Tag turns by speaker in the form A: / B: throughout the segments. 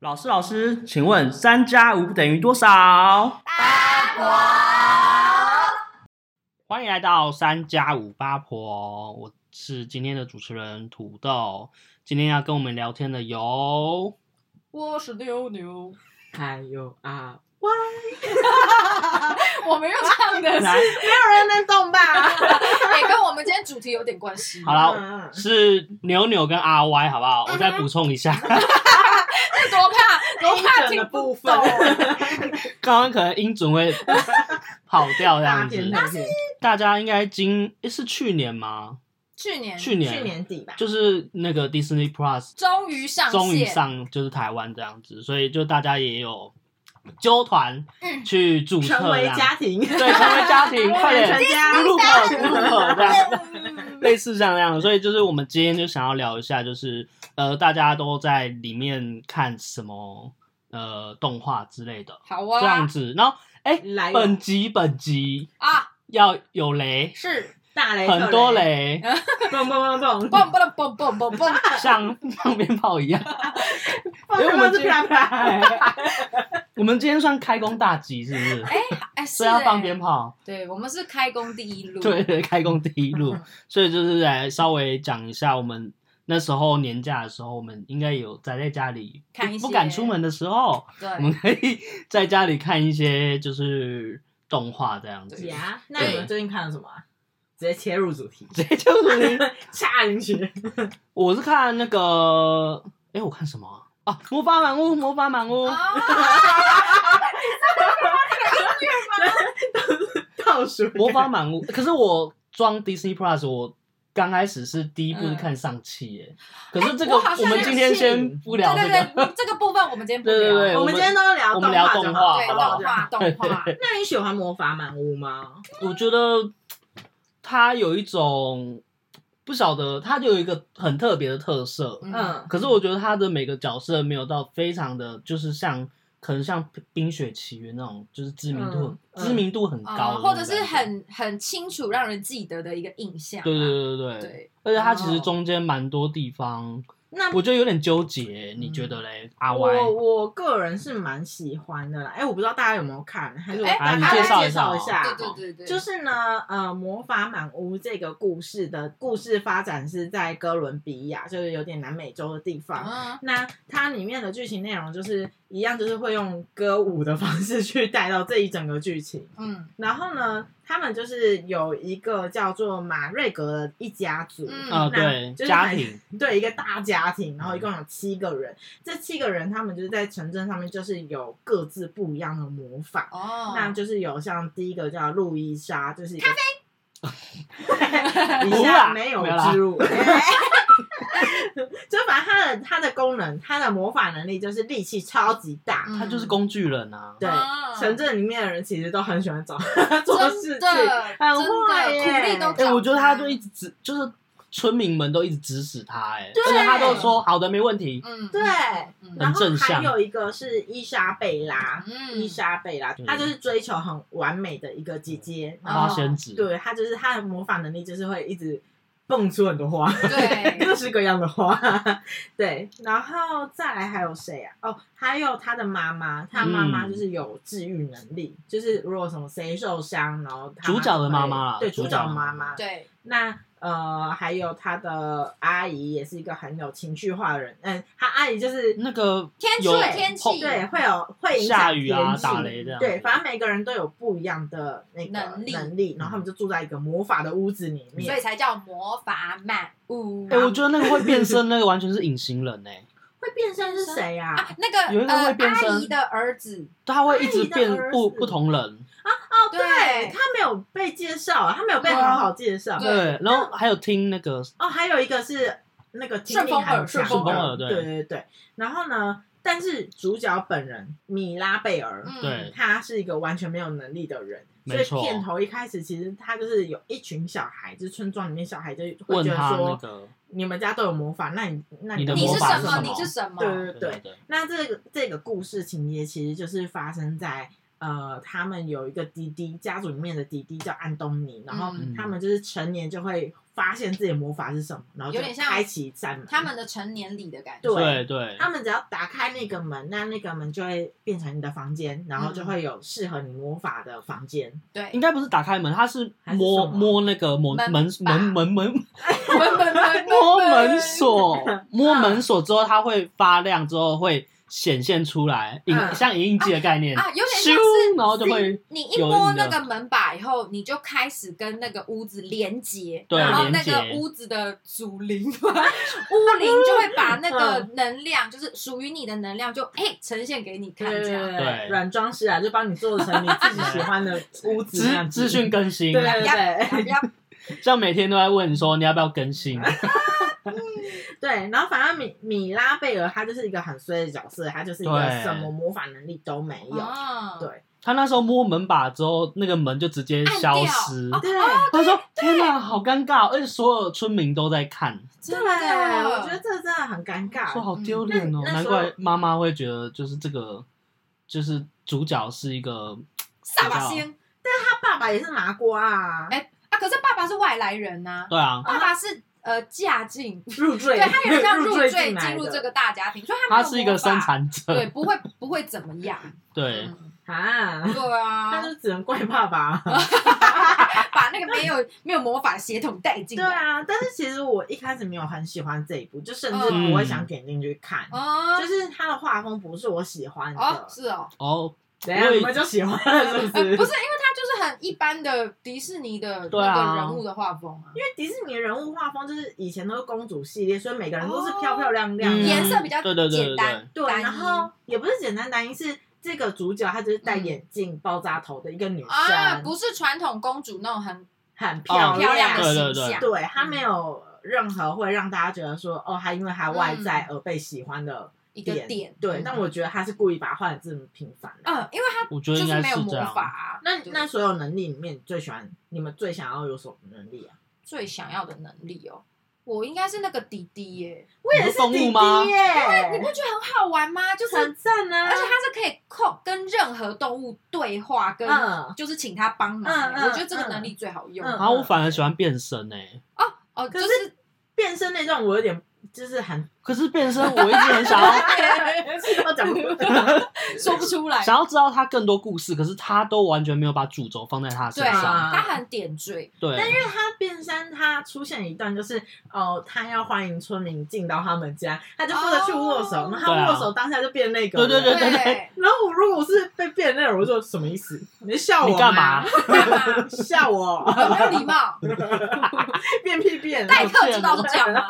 A: 老师，老师，请问三加五等于多少？欢迎来到三加五八婆，我是今天的主持人土豆。今天要跟我们聊天的有，
B: 我是牛牛，
C: 还有啊，
B: 我没有唱的 是，
A: 来，
C: 没有人能懂吧？
B: 哎、跟我们今天主题有点关系。
A: 好了，
C: 啊
A: 是牛牛跟阿 Y，好不
C: 嗯
A: 好？我再补充一下，
B: 是多怕多怕听 不
C: 部
B: 懂。
C: 分，
A: 刚刚可能音准会跑掉这样子。
C: 大片
A: 大家应该今诶是去年吗？
B: 去年
A: 去年，
C: 去年底吧，
A: 就是那个 Disney Plus
B: 终于上线，
A: 终于 上就是台湾这样子，所以就大家也有揪团
B: 嗯
A: 去注册
C: 成
A: 这
C: 为
A: 样，
C: 家庭，
A: 对，成为家庭，快点
C: 成家
A: group group 这样，
B: 嗯
A: 类似像这样，所以就是我们今天就想要聊一下，就是呃，大家都在里面看什么呃动画之类的
B: 好
A: 这样
B: 啊
A: 子，然后哎，
C: 来
A: 本集本集
B: 啊，
A: 要有雷，
B: 是
C: 大雷
A: 很多，雷，
C: 蹦蹦蹦
B: 蹦
C: 蹦，
B: 蹦蹦蹦蹦蹦，
A: 像放鞭炮一样。哎
C: 因为我们是啪 啪，
A: 我们今天算开工大吉，是不是？
B: 哎哎，是
A: 所以要
B: 哎
A: 放鞭炮。
B: 对，我们是开工第一路，
A: 对，对，开工第一 路，所以就是来稍微讲一下我们那时候年假的时候，我们应该有宅在家里
B: 看一
A: 不不
B: 些
A: 敢出门的时候，我们
B: 对，
A: 可以 在家里看一些就是动画这样子。
C: 呀，那你们最近看了什么啊？直接切入主题，
A: 直 接就是
C: 插进去，
A: 我是看那个，哎，我看什么啊？啊魔法满屋，魔法满
B: 哦
A: 屋，
B: 啊
C: 倒数
A: 魔法满屋。可是我装 Disney Plus，我刚开始是第一部是
B: 嗯
A: 看上期，耶。可是这
B: 哎
A: 个
B: 我好像
A: 我们今天
C: 有信
A: 先 不聊
B: 对
A: 这
B: 对
A: 个，
B: 对，这个部分我们今天不
A: 对对对
B: 聊，
C: 我们今天都聊
A: 我们聊动
C: 动
A: 画好
B: 对，动
A: 不好
B: 画 动画，
C: 那你喜欢魔法满屋吗？
A: 我觉得它有一种不晓得，它就有一个很特别的特色。
B: 嗯，
A: 可是我觉得它的每个角色没有到非常的，就是像可能像《冰雪奇缘》那种，就是知名度、
C: 嗯嗯
A: 知名度很
B: 啊
A: 高的那种感觉、
B: 或者是很很清楚让人记得的一个印象啊，
A: 对对对对对。
B: 对，
A: 而且它其实中间蛮多地方，
C: 哦那嗯
A: 我觉得有点纠结，你觉得嘞？阿歪，
C: 我我个人是蛮喜欢的啦，哎、我不知道大家有没有看，还是我
B: 哎
C: 大
B: 啊
C: 概
B: 你介绍
C: 介绍
A: 一
C: 一
A: 下
C: 下。
B: 对对对对，
C: 就是呢，呃，魔法满屋这个故事的故事发展是在哥伦比亚，就是有点南美洲的地方。
B: 啊，
C: 那它里面的剧情内容就是一样，就是会用歌舞的方式去带到这一整个剧情。
B: 嗯
C: 然后呢，他们就是有一个叫做马瑞格的一家族，
B: 嗯
A: 啊、
C: 那
A: 对，
C: 就是
A: 家
C: 很
A: 庭，
C: 对，一个大家庭，然后一
A: 嗯
C: 共有七个人，这七个人他们就是在城镇上面，就是有各自不一样的魔法。
B: 哦，
C: 那就是有像第一个叫路易莎，就是 咖啡，一
A: 不啦
C: 下没有
A: 没有啦
C: 植入， 就反正它的它的功能，它的魔法能力就是力气超级大。
B: 嗯
A: 他就是工具人啊。
C: 对
B: 啊，
C: 城镇里面的人其实都很喜欢找 他做事
B: 真
C: 情，
B: 的，
C: 很
B: 真
C: 坏
B: 的，
C: 耶
B: 苦力都
A: 哎、
B: 找
A: 我觉得他就一直指，就是村民们都一直指使他、哎，
C: 对
A: 而且他都说好的，没问题。
B: 嗯，
C: 对啊
B: 嗯
A: 很
C: 然后
A: 正向
C: 还有一个是伊莎贝拉，
B: 嗯
C: 伊莎贝拉
A: 对，
C: 她就是追求很完美的一个
A: 嗯
C: 姐姐，然后
A: 八仙子，
C: 嗯对她就是她的魔法能力就是会一直蹦出很多花，
B: 对，
C: 各式各样的花，对，然后再来还有谁啊？哦，还有她的妈妈，她妈妈
A: 嗯
C: 就是有治愈能力，就是如果什么谁受伤，然后她
A: 主角的妈妈啦
C: 会对
A: 主
C: 主
A: 角
C: 角
A: 的
C: 的
A: 妈
C: 妈
A: 妈
C: 妈，
B: 对，
C: 那呃还有她的阿姨也是一个很有情绪化的人，嗯，她阿姨就是
A: 那个
B: 天气
A: 有
B: 天
A: 碰
B: 气
C: 对，会有会影响
A: 下雨啊、
C: 天气
A: 打雷这样。
C: 对，反正每个人都有不一样的那个
B: 能力
C: 然后他们就住在一个魔法的屋子里面。
B: 所以才叫魔法满屋。啊
A: 哎、我觉得那个会变身，那个完全是隐形人哎、
C: 会变身是谁呀、啊？
B: 啊，那个
A: 有一个
B: 呃
A: 会变身
B: 阿姨的儿子，
A: 他会一直
C: 哎
A: 变
C: 你的儿
A: 不
C: 子
A: 不同人。
C: 哦，对
B: 对啊
C: 他没有被介绍，啊他没有被好好介绍。
B: 对
A: 对，然后还有听那个
C: 哦，还有一个是那个听
B: 顺风
C: 力很
B: 耳顺
C: 强
B: 风
C: 的
A: 耳对
C: 对对对。然后呢，但是主角本人米拉贝尔，
B: 嗯
A: 对
C: 他是一个完全没有能力的人。所
A: 没
C: 以
A: 错
C: 片头一开始，其实他就是有一群小孩，就是村庄里面小孩就会
A: 问
C: 觉得
A: 他
C: 说
A: 那，个，
C: 你们家都有魔法，那你那
A: 你的
B: 你
A: 魔
B: 是
A: 法
B: 什
A: 是
B: 么？
A: 什
B: 你
A: 么
B: 是什么？
C: 对对
A: 对
C: 对。
A: 对，
C: 那这个这个故事情节其实就是发生在呃，他们有一个弟弟，家族里面的弟弟叫安东尼，然后
B: 嗯
C: 他们就是成年就会发现自己的魔法是什么，然后就
B: 有点像
C: 开启一扇门。
B: 他们的成年礼的感觉。
A: 对
C: 对
A: 对
C: 他们只要打开那个门，那那个门就会变成你的房间，然后
B: 嗯
C: 就会有适合你魔法的房间。
A: 应
B: 对，
A: 该不是打开门，他是
C: 还是
A: 摸
C: 什么啊
A: 摸那个门
B: 门
A: 门
B: 把
A: 门门门
B: 门门门
A: 摸门，锁，摸门锁之后它会发亮，之后会显现出来，影、
C: 嗯
A: 像影印机的概念
B: 啊，有点像是
A: 咻，然后就会
B: 你一
A: 有
B: 摸
A: 你
B: 那
A: 的
B: 个门把以后，你就开始跟那个屋子连接，
A: 对
B: 然后那
A: 连
B: 个
A: 接
B: 屋子的主灵嘛， 屋灵就会把那个能量，就是属于你的能 量，就哎呈现给你看，这样
A: 对
C: 软装饰啊，就帮你做成你自己喜欢的屋子那
A: 资
C: 样子
A: 资讯更新
C: 对，对对
B: 要不要
A: 像每天都在问说你要不要更新，
C: 对。然后反正米米拉贝尔她就是一个很衰的角色，她就是一个
A: 对
C: 什么魔法能力都没有。
B: 哦
C: 对
A: 他那时候摸门把之后，那个门就直接
B: 按
A: 消
B: 掉
A: 失。
B: 哦
C: 对，
A: 他说：“天哪，好尴尬！而且所有村民都在看，
C: 对，
B: 真的，哦
C: 我觉得这真的很尴
A: 说
C: 尬。
A: 好丢脸哦。
C: 嗯那那
A: 难
C: 时候
A: 怪妈妈会觉得，就是这个，就是主角是一个
B: 萨巴仙
C: 他爸爸也是麻瓜啊，
B: 哎啊，可是爸爸是外来人呐，
A: 对啊，
B: 爸爸是呃嫁进，
C: 入赘，
B: 对他有点像入赘
C: 进来
B: 进入
C: 的
B: 这个大家庭，所以他没
A: 他
B: 有
A: 是一
B: 魔
A: 个生
B: 法
A: 产者
B: 对，，不会不会怎么样，
A: 对，
B: 嗯
C: 啊，
B: 对啊，
C: 他就只能怪爸爸。
B: 哦
C: 啊
B: 把那个没有没有魔法血统带进
C: 对
B: 来。
C: 啊，但是其实我一开始没有很喜欢这一部，就甚至不
A: 嗯
C: 会想点进去看，
B: 嗯哦
C: 就是他的画风不是我喜欢的。
B: 哦，是 哦，
A: 哦，
C: 等一下
A: 我也
C: 你们就喜欢了是
B: 呃
C: 不 是？
B: 不是，因为他就是很一般的迪士尼的
A: 对
B: 那
A: 啊
B: 个人物的画风啊，
C: 因为迪士尼人物画风就是以前都是公主系列，所以每个人都是漂漂亮亮的，
A: 嗯
B: 颜色比较
A: 对对对对
B: 简单，
C: 对，
B: 单一
C: 然后也不是简单单一，是这个主角她只是戴眼镜、爆炸头的一个女生，
B: 啊，不是传统公主那种很
C: 很
A: 哦
C: 漂
B: 漂亮
C: 亮，
A: 对
B: 的
A: 对
B: 形象，
C: 对她没有任何会让大家觉得说哦，她因为她外在而被喜欢的。
B: 一个点。
C: 对，
B: 嗯
C: 但我觉得他是故意把它画的这么平凡的。
B: 嗯，因为他
A: 我觉
B: 就
A: 得应
B: 是
A: 该
B: 没有
A: 是这
B: 魔
A: 样。
B: 法啊，
C: 那
B: 对
C: 那所有能力里面，你最喜欢你们最想要有什么能力啊？
B: 最想要的能力哦，我应该是那个弟弟耶，
C: 我也是
A: 动
C: 弟
A: 物
C: 弟
A: 吗
B: 你
C: 耶，
B: 不觉得很好玩吗？就是
C: 很赞啊！
B: 而且它是可以控跟任何动物对话，跟
C: 嗯
B: 就是请它帮忙
C: 嗯
B: 欸。
C: 嗯
B: 我觉得这个能力最好用
C: 嗯
A: 然后我反而喜欢变身欸诶、
B: 哦，就
C: 可
B: 是
C: 变身那种，我有点就是很
A: 可是变身我一直很想 要
C: 我讲不出
B: 说不出来。
A: 想要知道他更多故事，可是他都完全没有把主轴放在他身
B: 对，
A: 上。
C: 啊
B: 它很点缀，
A: 对，
C: 但因为他变身，他出现一段就是哦，他要欢迎村民进到他们家，他就负责去握手，
B: 哦
C: 然
A: 对
C: 后他
A: 啊
C: 握手当下就变那个
A: 对
C: 人，
A: 对对对
B: 对，啊
C: 然后我如果我是被变那种，我就什么意思？你在笑我
A: 你干嘛
C: 吗？
B: 干嘛？
C: 笑我？
B: 有没有礼貌？
C: 变屁变，
B: 待客之道是这样吗？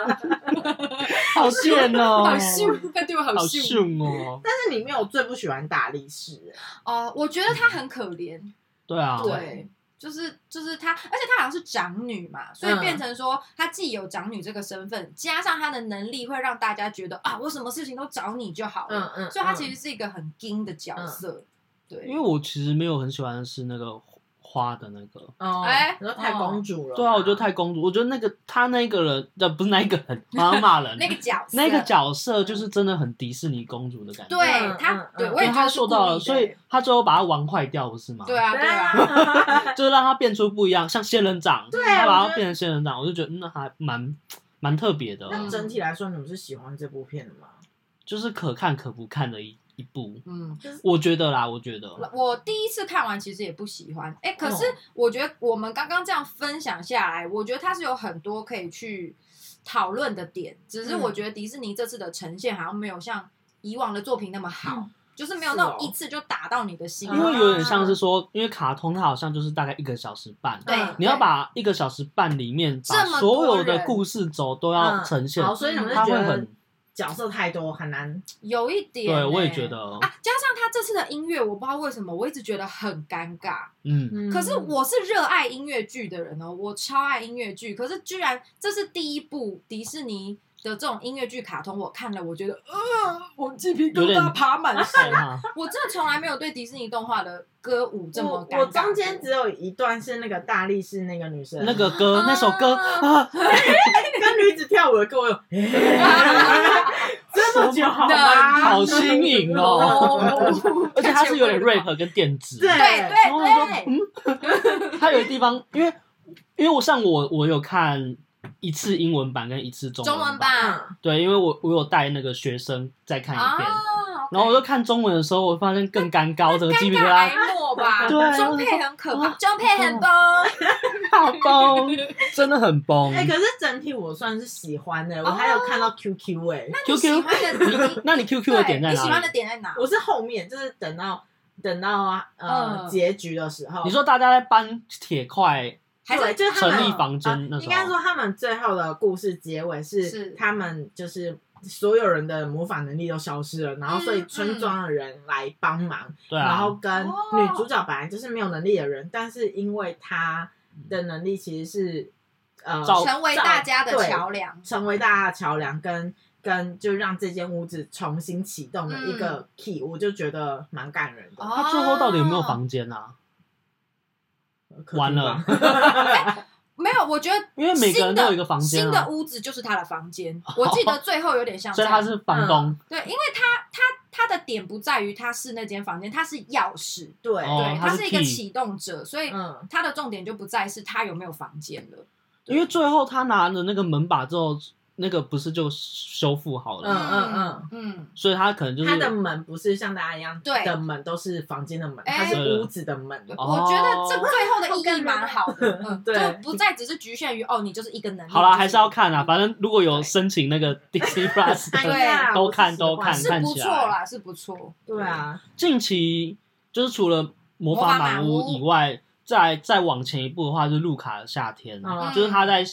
A: 好贱哦、
B: 好秀，对对，好
A: 好
B: 秀。
A: 凶哦、
C: 但是里面我最不喜欢大力士，
B: 哦，我觉得它很可怜，
A: 对啊，
B: 对。就是就是她，而且她好像是长女嘛，所以
C: 嗯
B: 变成说她既有长女这个身份，加上她的能力，会让大家觉得啊，我什么事情都找你就好了。
C: 嗯嗯，
B: 所以他其
C: 实
B: 实是一个很精的角色，
A: 因
B: 对
A: 为。我其实没有很喜欢的是那个花的那个。
C: 哦，
B: 哎
C: 你说太公主了，
A: 对啊，我觉得太公主，我觉得那个他那个人，呃，不是那一个人，马上骂
C: 嗯
A: 人，
B: 那个角色，嗯
A: 那个角色就是真的很迪士尼公主的感觉，
B: 对
C: 嗯
B: 他
C: 嗯，
B: 对
C: 嗯
B: 我也觉
A: 他
B: 得是
A: 受到了，
B: 故意的欸
A: 所以他最后把他玩坏掉，不是吗？
B: 对啊，
C: 对
B: 对啊，
C: 啊，
A: 就是让它变出不一样，像仙人掌，
C: 对
A: 他把它
C: 我觉得
A: 变成仙人掌，我就觉得嗯那还蛮蛮特别的， 哦
C: 那整体来说，你们是喜欢这部片的吗？
A: 就是可看可不看的一一部，
B: 嗯。
A: 我觉得啦，我觉得，
B: 我第一次看完其实也不喜欢，哎，可是
C: 哦
B: 我觉得我们刚刚这样分享下来，我觉得它是有很多可以去讨论的点，只是
C: 嗯
B: 我觉得迪士尼这次的呈现好像没有像以往的作品那么好，就是没有
C: 是
B: 那种
C: 哦
B: 一次就打到你的心
A: 因
B: 里，
A: 为有点像
C: 啊
A: 是说，因为卡通它好像就是大概一个小时半，
B: 对
C: 嗯，
A: 你要把一个小时半里面把
B: 这么
A: 所
B: 多
A: 有的
B: 人
A: 故事轴都要呈现，
C: 嗯好，所以你们是
A: 它
C: 觉
A: 会
C: 得
A: 很，
C: 角色太多很难，
B: 有一点欸，
A: 对我也觉得，哦
B: 啊，加上他这次的音乐，我不知道为什么，我一直觉得很尴尬。
A: 嗯，
B: 可是我是热爱音乐剧的人哦，我超爱音乐剧。可是居然这是第一部迪士尼的这种音乐剧卡通，我看了，我觉得，呃，我鸡皮疙
A: 有
B: 瘩
A: 点
B: 爬满身。
A: 是 啊，
B: 我真的从来没有对迪士尼动画的歌舞这么
C: 我
B: 尴尬过。
C: 我中间只有一段是那个大力士那个女生，
A: 那个歌那首歌啊，
C: 跟女子跳舞的歌，我有 这么久啊好吗？
A: 哎好新颖 哦， 而且它是有点 rap 跟电子，
C: 对
B: 对
A: 然后我说，
B: 对
A: 嗯，他有的地方，因为因为我像我我有看一次英文版跟一次中
B: 中文
A: 文
B: 版
C: 嗯，
A: 对，因为我我有带那个学生再看一遍，
B: 啊，
A: 然后我就
B: 就
A: 看中文的时候，我发现更尴尬，我整个鸡
B: 尴
A: 皮
B: 尬哎
A: 疙
B: 癌
A: 瘩
B: 末吧，
A: 对啊
B: 中配很可怕，
A: 啊哦
B: 中配很崩，
A: 好 崩，真的很崩。
C: 哎、可是整体我算是喜欢的，我还
B: 哦
C: 有看到 QQ 哎、
B: 你喜
A: QQ，
B: 欢的你
A: 那你 QQ 的点在
B: 对你喜
A: 哪
B: 欢
A: 里
B: 的？点在哪？
C: 我是后面就是等到等到啊呃、
B: 嗯
C: 结局的时候，
A: 你说大家在搬铁块
B: 还
C: 对，
B: 是
C: 就是他们
A: 成立房
B: 啊
A: 间那
C: 呃
A: 时候
C: 应该说他们最后的故事结尾
B: 是
C: 是他们就是所有人的魔法能力都消失了，然后
B: 嗯
C: 所以村庄的人来帮忙，
A: 对
C: 然
A: 啊
C: 后，跟
B: 哦
C: 女主角本来就是没有能力的人，但是因为她的能力其实是呃
A: 造
B: 成为
C: 造
B: 大家的
C: 对
B: 桥梁？
C: 成为大家的桥梁跟。跟就让这间屋子重新启动的一
B: 嗯
C: 个 key，、我就觉得蛮感人
B: 哦
C: 的。
A: 他最后到底有没有房间啊？
C: 可
A: 完
C: 听吧
B: 没有，我觉得
A: 因为每个人都有一个房间啊
B: 哦
A: 哦
B: 新的屋子就是他的房间。我记得最后有点像这
A: 所以
B: 样，
A: 他是房东，
B: 对，因为他他他的点不在于他是那间房间，他是钥匙，
C: 对，
A: 哦
B: 对，
A: 他是
B: 是一个
A: key
B: 启动者，所以
C: 嗯，
B: 他的重点就不在是他有没有房间了。
A: 因为最后他拿了那个门把之后，那个不是就修复好了，
C: 嗯嗯嗯
B: 嗯，
A: 所以他可能就是
C: 它的门不是像大家一样
B: 对
C: 的门都是房间的门，
B: 哎
C: 它是屋子的门。
A: 哦
B: 我觉得这最后的意义蛮好的，嗯，
C: 对
B: 就不再只是局限于哦，你就是一个能力。
A: 好啦，
B: 就是嗯
A: 还是要看啊。反正如果有
B: 对
A: 申请那个 Disney Plus
C: 哎
A: 的，
C: 呀
A: 都
C: 我是
A: 看
C: 喜
A: 都
C: 欢
A: 看
B: 是
A: 看
B: 不
A: 起
B: 错
A: 来
B: 啦，是不错。
C: 对啊，
A: 近期就是除了魔
B: 魔
A: 法
B: 法满
A: 满屋
B: 屋
A: 以外，再再往前一步的话，就是路卡的夏天，啊
C: 嗯
A: 就是他在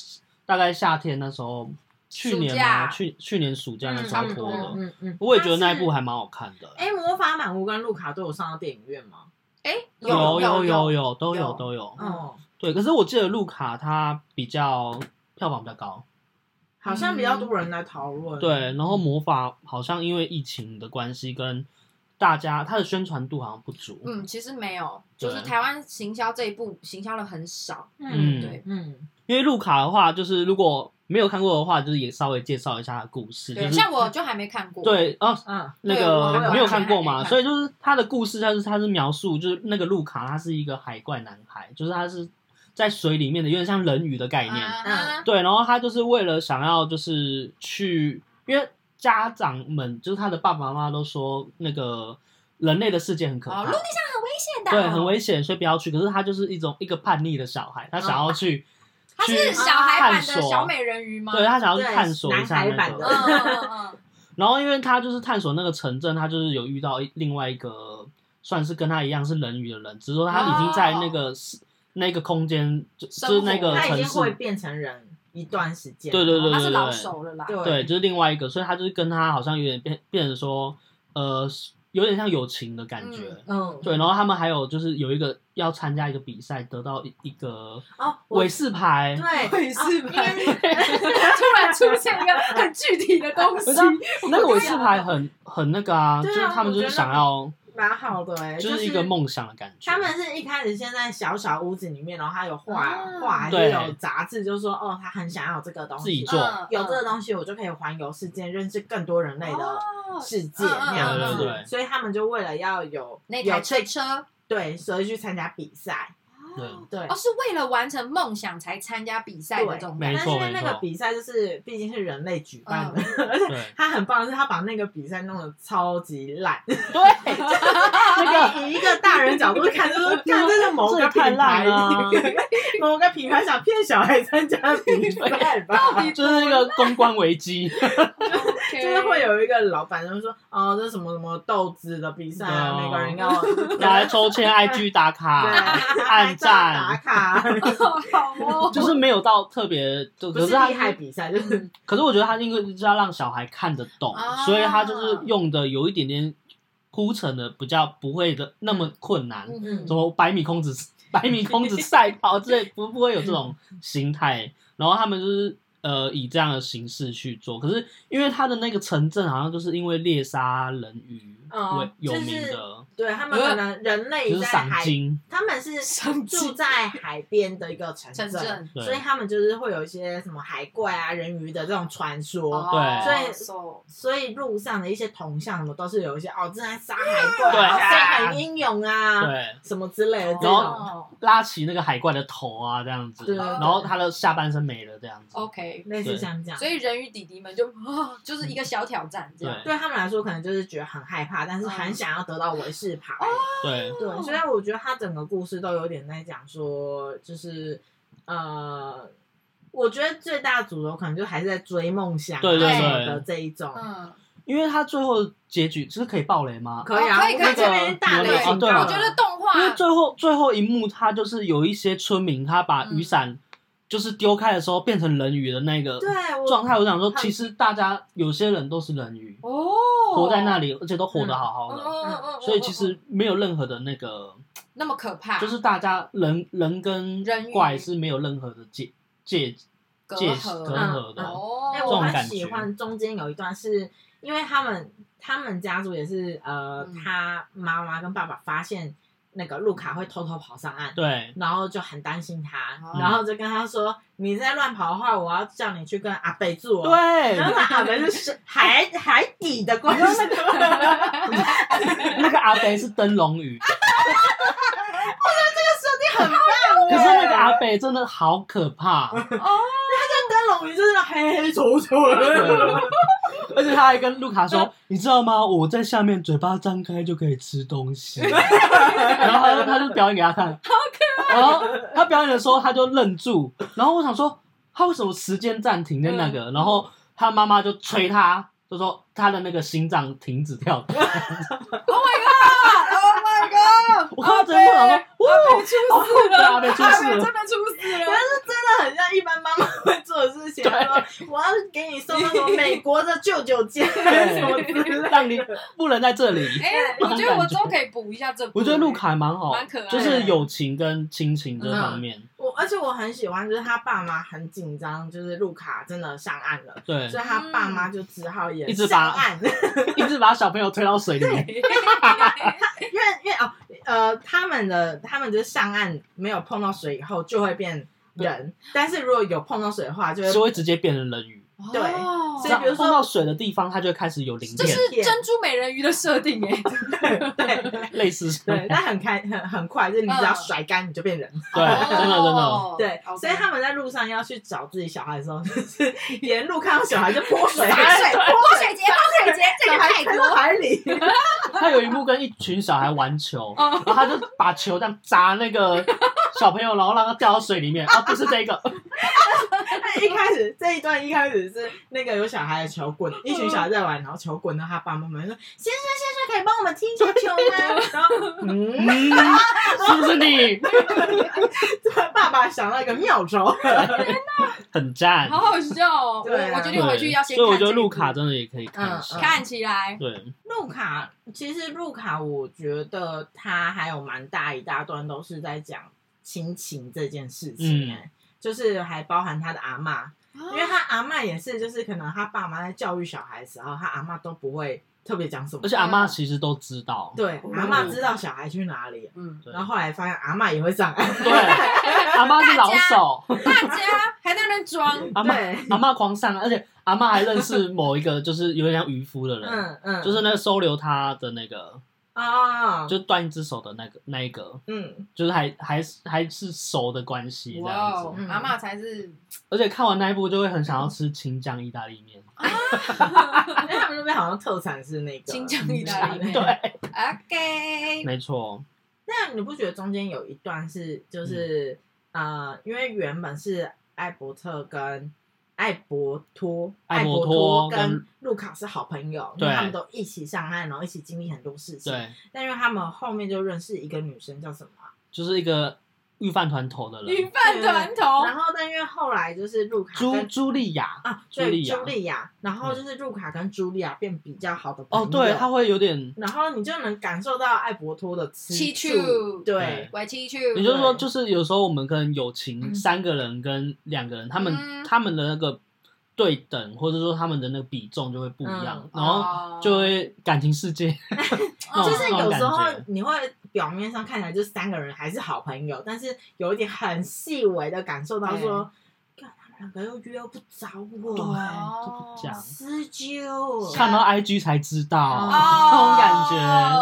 A: 大概夏天那时候，去年嘛，
B: 暑假
A: 去去年暑假那时
C: 差
A: 候
C: 不
A: 播
C: 多
A: 的
C: 了，，嗯嗯。
A: 我也觉得那一部还蛮好看的。
C: 哎，魔法满屋跟路卡都有上到电影院吗？
B: 哎，
A: 有
B: 有
A: 有，有都有
B: 有
A: 都有，
C: 哦，
A: 对。可是我记得路卡它比较票房比较高，
C: 好像比较多人来讨论。
A: 对。然后魔法好像因为疫情的关系，跟大家它的宣传度好像不足，
B: 嗯，其实没有，就是
A: 对
B: 台湾行销这一步行销的很少，
A: 嗯
B: 对，
C: 嗯，
A: 因为路卡的话，就是如果没有看过的话，就是也稍微介绍一下它的故事，就
B: 对，
A: 是
B: 像我就还没看过，，
A: 对啊，
C: 嗯
A: 那
B: 对
A: 个
B: 我
C: 还
A: 没有
C: 完全
A: 看过
B: 还
A: 嘛，
B: 没看
A: 所以就是他的故事，它是他是描述，就是那个路卡他是一个海怪男孩，就是他是在水里面的，有点像人鱼的概念。
B: 啊
C: 嗯
A: 对，然后他就是为了想要就是去，因为家长们就是他的爸爸妈妈都说那个人类的世界很可
B: 哦，
A: 怕
B: 陆地，上很危险的，
A: 对，很危险，所以不要去。可是他就是一种一个叛逆的小孩，他想要去，
B: 它
A: 去
B: 嗯是
C: 啊
B: 小孩版
A: 探
B: 的
A: 索
B: 小美人鱼吗？
A: 对他想要去
C: 对
A: 探索一下
C: 男孩
A: 那
C: 版
A: 个
C: 的
B: 嗯嗯嗯
A: 然后因为他就是探索那个城镇，他就是有遇到另外一个算是跟他一样是人鱼的人，只是说他已经在那个、那个空间，就就
B: 哦生
A: 是
B: 活
A: 那个
C: 他
A: 呃
C: 已
A: 城
C: 经会
A: 市，
C: 变成人一段时间。啊
A: 对对
B: 嗯，
A: 对
B: 他是老熟了啦，
C: 对
A: 对，就是另外一个，所以他就是跟他好像有点变变成说，呃，有点像友情的感觉。
C: 嗯，
A: 对，然后他们还有就是有一个要参加一个比赛，得到一一个
C: 哦，我
A: 韦氏牌，
C: 对，
B: 会是吧
C: 哦因为
B: 突然出现一个很具体的东西
A: 不是啊，那个韦氏牌很很那个啊，
C: 对啊
A: 就是他们就是想要
C: 蛮好的哎，
A: 就是一个。梦想的感觉。
C: 他们是一开始先在小小屋子里面，然后他有画
B: 啊
C: 画，还是
A: 对
C: 有杂志，就说哦，他很想要这个东西，
A: 自己做
B: 嗯
C: 有这个东西，我就可以环游世界，认识更多人类的
B: 哦
C: 世界
B: 嗯嗯
C: 那样
A: 嗯
C: 子。
A: 对对对
C: 所以他们就为了要有
B: 那
C: 有
B: 台车
C: 这
B: 车，
C: 对，所以去参加比赛。
A: 对
C: 对
B: 哦，是为了完成梦想才参加比赛的这种
A: 没
C: 但
A: 错
C: 是因为那
A: 没
C: 个
A: 错
C: 比赛就是毕竟是人类举
B: 嗯
C: 办的，而且
A: 对
C: 他很棒，是他把那个比赛弄得超级烂。
A: 对，那个
C: 以一个大人角度 看，就是看这是某
A: 这
C: 个
A: 也
C: 品
A: 太
C: 牌
A: 烂了啊，
C: 某个品牌想骗小孩参加比赛吧。
A: 就是那个公关危机，
C: 就是
B: ，OK，
C: 会有一个老板就说，哦，这是什么什么豆子的比赛啊，
A: 对哦
C: 每个人要
A: 拿来抽签 IG 打卡、
C: 对
A: 按
C: 打
A: 赞，
C: 卡，
B: 好哦，
A: 就是没有到特别，就
C: 不
A: 可
C: 是
A: 是他嗯
C: 厉害比赛，就是
A: 可是我觉得他因为就是要让小孩看得懂，
C: 哦
B: 啊
A: 所以他就是用的有一点点铺陈的比较不会的那么困难，
B: 嗯
A: 什么百米空子、百米空子赛跑之类，不不会有这种心态。然后他们就是呃以这样的形式去做。可是因为他的那个城镇好像就是因为猎杀人鱼
C: 嗯
A: 为有
C: 就是
A: 名的，
C: 对他们可能人类
A: 呃就是
C: 在
A: 赏
C: 海，
A: 金。
C: 他们是
B: 赏金
C: 住在海边的一个城
B: 城
C: 镇，
B: 镇
A: 对
C: 所以他们就是会有一些什么海怪啊、人鱼的这种传
A: 哦
C: 说。
A: 对
B: 哦所
C: 所以路上的一些铜像什么都是有一些哦，正在杀海怪
A: 对
C: 啊，谁很英勇啊，
A: 对，
C: 什么之类的这
B: 以
C: 种。
B: 哦
A: 拉起那个海怪的头啊，这样子，
C: 对哦
A: 然后他的下半身没了这样子。
B: ，OK，
C: 类似像这样，
B: 所以人鱼弟弟们就啊，就是一个小挑战这样。
A: 对
C: 对他们来说可能就是觉得很害怕，但是很想要得到维士牌。
B: 哦
A: 对
C: 对，虽然我觉得他整个故事都有点在讲说，就是呃，我觉得最大的主流可能就还是在追梦想啊
A: 对
B: 对
A: 对
C: 的这一种。
B: 嗯，
A: 因为他最后结局是可以爆雷吗？
C: 可以啊，
B: 哦可以
C: 我
B: 可以
C: 这边大
A: 对
C: 类型
A: 对啊
B: 我觉得哦动画
A: 因为最后最后一幕，他就是有一些村民，他把雨伞就是丢开的时候变成人鱼的那个
C: 对我
A: 状态。我想说，
C: 很
A: 其实大家有些人都是人鱼，
B: 哦，
A: 活在那里，而且都活得好好的，
B: 哦，
A: 所以其实没有任何的那个，
B: 那么可怕，
A: 就是大家人人跟
B: 人鱼
A: 怪是没有任何的界界
B: 隔
A: 界
B: 阂
A: 隔阂的。
B: 哦，
C: 哎、
A: 这
C: 我
A: 种
C: 很
A: 感
C: 喜
A: 觉
C: 欢中间有一段是，因为他们他们家族也是呃，
B: 嗯
C: 他妈妈跟爸爸发现那个路卡会偷偷跑上岸，
A: 对
C: 然后就很担心他，
B: 哦
C: 然后就跟他说：“你再乱跑的话，我要叫你去跟阿贝住、哦。”。
A: 对，
C: 然后那阿贝是海海底的关系，
A: 那个阿北是灯笼鱼，
C: 很棒
A: 欸可
C: 耶。
A: 是那个阿北真的好可怕，
C: 灯笼鱼就是那黑黑丑丑的，
A: 而且他还跟路卡说，你知道吗？我在下面嘴巴张开就可以吃东 西，然后他就他就表演给他看，好可爱。然后他表演的时候他就愣住，然后我想说他为什么时间暂停在那个，
C: 嗯
A: 然后他妈妈就催他。就说他的那个心脏停止 跳动，
B: ，Oh my god！
A: 我看到这一幕，想说，哇，
B: 出事
A: 了阿北啊出事了
B: 阿北真的出事
C: 但
B: 了。
C: 是真的很像一般妈妈会做的事情。
A: 对
C: 说我要给你送那种美国的舅舅 煎 什么之类的
A: 让你不能在这里。
B: 哎，我觉得我之后可以补一下这部。
A: 我觉得路卡还蛮好，
B: 蛮可爱的嗯
A: 就是友情跟亲情这方面，
C: 我而且我很喜欢，就是他爸妈很紧张，就是路卡真的上岸了，
A: 对，
B: 啊
C: 所以他爸妈
B: 嗯
C: 就只好也
A: 一直把
C: 上岸。
A: 一直把小朋友推到水里面。
C: 因为因为哦呃，他们的他们就是上岸没有碰到水以后就会变人，但是如果有碰到水的话，就会
A: 就会直接变成人鱼。
C: 对
B: 哦
C: 所以比如说
A: 碰到水的地方，它就会开始有鳞
B: 这
A: 片，
B: 是珍珠美人鱼的设定哎，
C: 对
A: 类似是
C: 对，但很开很很快，就是你只要甩干你就变人。
A: 对，真的真的，
B: 哦
C: 对
B: 嗯 OK
C: 所以他们在路上要去找自己小孩的时候，就是 沿路看到小孩就泼水，
B: 洒水泼水节，泼水节，这
C: 小
B: 个
C: 孩
B: 泰
C: 踩
B: 国
C: 到海里，
A: 他有一幕跟一群小孩玩球，
B: 嗯
A: 然后他就把球这样砸那个小朋友，然后让他掉到水里面。啊，不是这个，
C: 一开始这一段一开始是那个有小孩的球滚，一群小孩在玩，然后球滚到他爸妈们说：“先生先生，可以帮我们踢一下球吗？”然后嗯，
A: 嗯，是不是你？
C: 爸爸想到一个妙招，
A: 很赞，
B: 好好笑哦！我
C: 对啊
B: 我决定回去
A: 对
B: 要，先
A: 所以
B: 看这一部。
A: 我觉得路卡真的也可以看一
C: 嗯
A: 下。
B: 看起来
A: 对，
C: 路卡其实路卡，我觉得他还有蛮大一大段都是在讲亲情这件事情、
A: 嗯
C: 哎、就是还包含他的阿妈，
B: 啊
C: 因为他阿妈也是，就是可能他爸妈在教育小孩的时候，他阿妈都不会特别讲什么
A: 而，且阿妈其实都知道，
C: 对，
B: 哦
C: 阿妈知道小孩去哪里，
B: 嗯，
A: 对
C: 然后后来发现阿妈也会上岸，
A: 对，阿妈是老 手，
B: 大家还在那边装，
A: 阿妈
C: 对，
A: 阿妈狂上，而且阿妈还认识某一个就是有点像渔夫的人，
C: 嗯嗯，
A: 就是那个收留他的那个，
C: 啊，
A: 就断一只手的那个那一个，
C: 嗯，
A: 就是还还是还是熟的关系这
B: 哇
A: 样
B: 哦
A: 子。
C: 嗯
B: 阿嬷才是
A: 而且看完那一部就会很想要吃青酱意大利面，
B: 哦
C: 因为他们那边好像特产是那个
B: 新疆意大利 面。
A: 对，
B: OK，
A: 没错，
C: 那你不觉得中间有一段是就是、
A: 嗯
C: 呃，因为原本是艾伯特跟艾伯托、
A: 艾
C: 艾
A: 伯
C: 伯
A: 托
C: 跟
A: 跟
C: 路卡是好朋友，因
A: 对
C: 为他们都一起上岸，然后一起经历很多事情。
A: 对，
C: 但因为他们后面就认识一个女生叫什么啊、
A: 就是一个御饭团头的
B: 女
A: 人，
B: 饭团头
C: 然后但因为后来就是路卡
A: 朱
C: 跟
A: 朱莉亚。
C: 啊，
A: 茱
C: 对，
A: 莉亚嗯
C: 茱莉亚，然后就是路卡跟茱莉亚变比较好的朋友。
A: 哦，对，他会有点，
C: 然后你就能感受到艾伯托的吃
B: 七
C: 醋
B: 处
C: 对，
B: 委屈去，
A: 也就是说，
C: 对
A: 就是有时候我们可能友情
B: 嗯
A: 三个人跟两个人，他们
B: 嗯
A: 他们的那个对等，或者说他们的那个比重就会不一样，然后
B: 哦
A: 就会感情世界，
B: 哦
C: 就是
A: 那种
C: 有
A: 感
C: 时候
A: 觉
C: 你会表面上看起来就三个人还是好朋友，但是有一点很细微的感受到说，干他们两个又约不着我，
B: 哦
A: 这样
C: 施救。
A: 看到 IG 才知道
C: 哦
A: 那种感觉，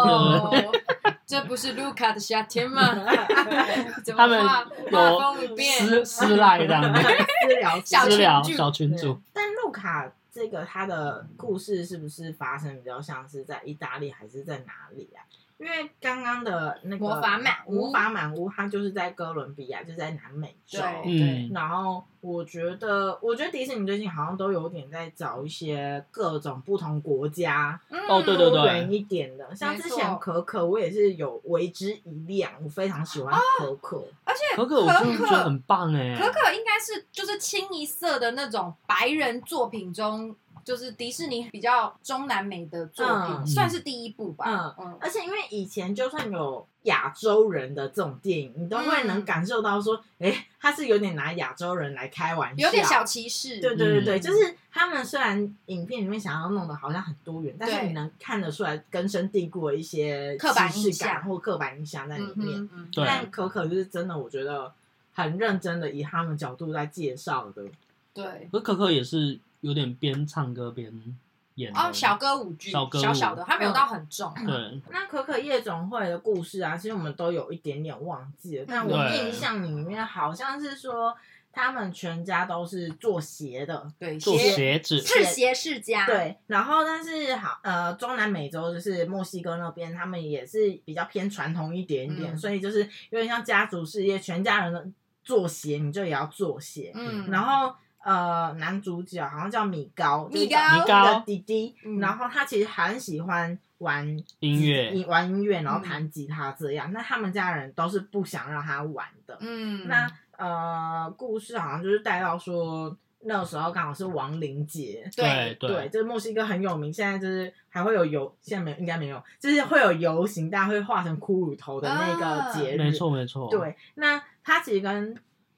A: 对不对？
B: 哦这不是卢卡的夏天吗？ 怎
A: 他
B: 么
A: 们
B: 画
A: 有
B: 画风一变？
A: 私私赖这样子，
C: 私聊
B: 小
A: 私
B: 群
A: 聊
B: 组
A: 小群主，
C: 但路卡这个他的故事是不是发生比较像是在意大利还是在哪里啊？因为刚刚的那个
B: 魔法满屋
C: 魔法满屋，它就是在哥伦比亚，就在南美洲。
B: 对
A: 嗯，
C: 然后我觉得，我觉得迪士尼最近好像都有点在找一些各种不同国家
B: 嗯
A: 哦对对
C: 多
A: 对
C: 元一点的，像之前可可，我也是有为之一亮，我非常喜欢
B: 哦
C: 可可。
B: 而且
A: 可可我真的觉得很棒哎，
B: 可可应该是就是清一色的那种白人作品中，就是迪士尼比较中南美的作品，
C: 嗯
B: 算是第一部吧。嗯
C: 而且因为以前就算有亚洲人的这种电影，你都
B: 嗯
C: 会能感受到说，哎、他是有点拿亚洲人来开玩笑，
B: 有点小歧视。
C: 对对对对，
B: 嗯
C: 就是他们虽然影片里面想要弄得好像很多元，但是
B: 对
C: 你能看得出来根深蒂固的一些
B: 刻板
C: 歧视
B: 印象
C: 感或刻板印象在里
B: 嗯
C: 面。
B: 哼嗯
A: 对
C: 但可可就是真的，我觉得很认真的以他们角度在介绍的。
B: 对。
A: 可可可也是有点边唱歌边演的
B: 哦，小歌舞剧，
A: 嗯小歌舞
B: 小小的，它
C: 嗯
B: 没有到很重。
A: 对，
C: 那可可夜总会的故事啊，其实我们都有一点点忘记了，但我
A: 对
C: 印象里面好像是说他们全家都是做鞋的。
B: 对，
A: 做
B: 鞋
A: 鞋子，
B: 是鞋世家。，
C: 对，然后但是好，呃，中南美洲就是墨西哥那边，他们也是比较偏传统一点点，
B: 嗯
C: 所以就是有点像家族事业，全家人的做鞋，你就也要做鞋。
B: 嗯，
C: 然后呃，男主角好像叫米高，就是
B: 米高
C: 找
A: 米高
C: 那个弟弟，
B: 嗯
C: 然后他其实很喜欢玩
A: 音乐嗯
C: 吉玩音乐，然后弹吉他这样。那他们家人都是不想让他玩的。
B: 嗯，
C: 那呃，故事好像就是带到说，那时候刚好是亡灵节。
A: 对
B: 对
A: 对，
C: 就是墨西哥很有名，现在就是还会有游，现在没有应该没有，就是会有游行，大家会画成骷髅头的那个
B: 啊
C: 节日。
A: 没错没错，。
C: 对，那它其实跟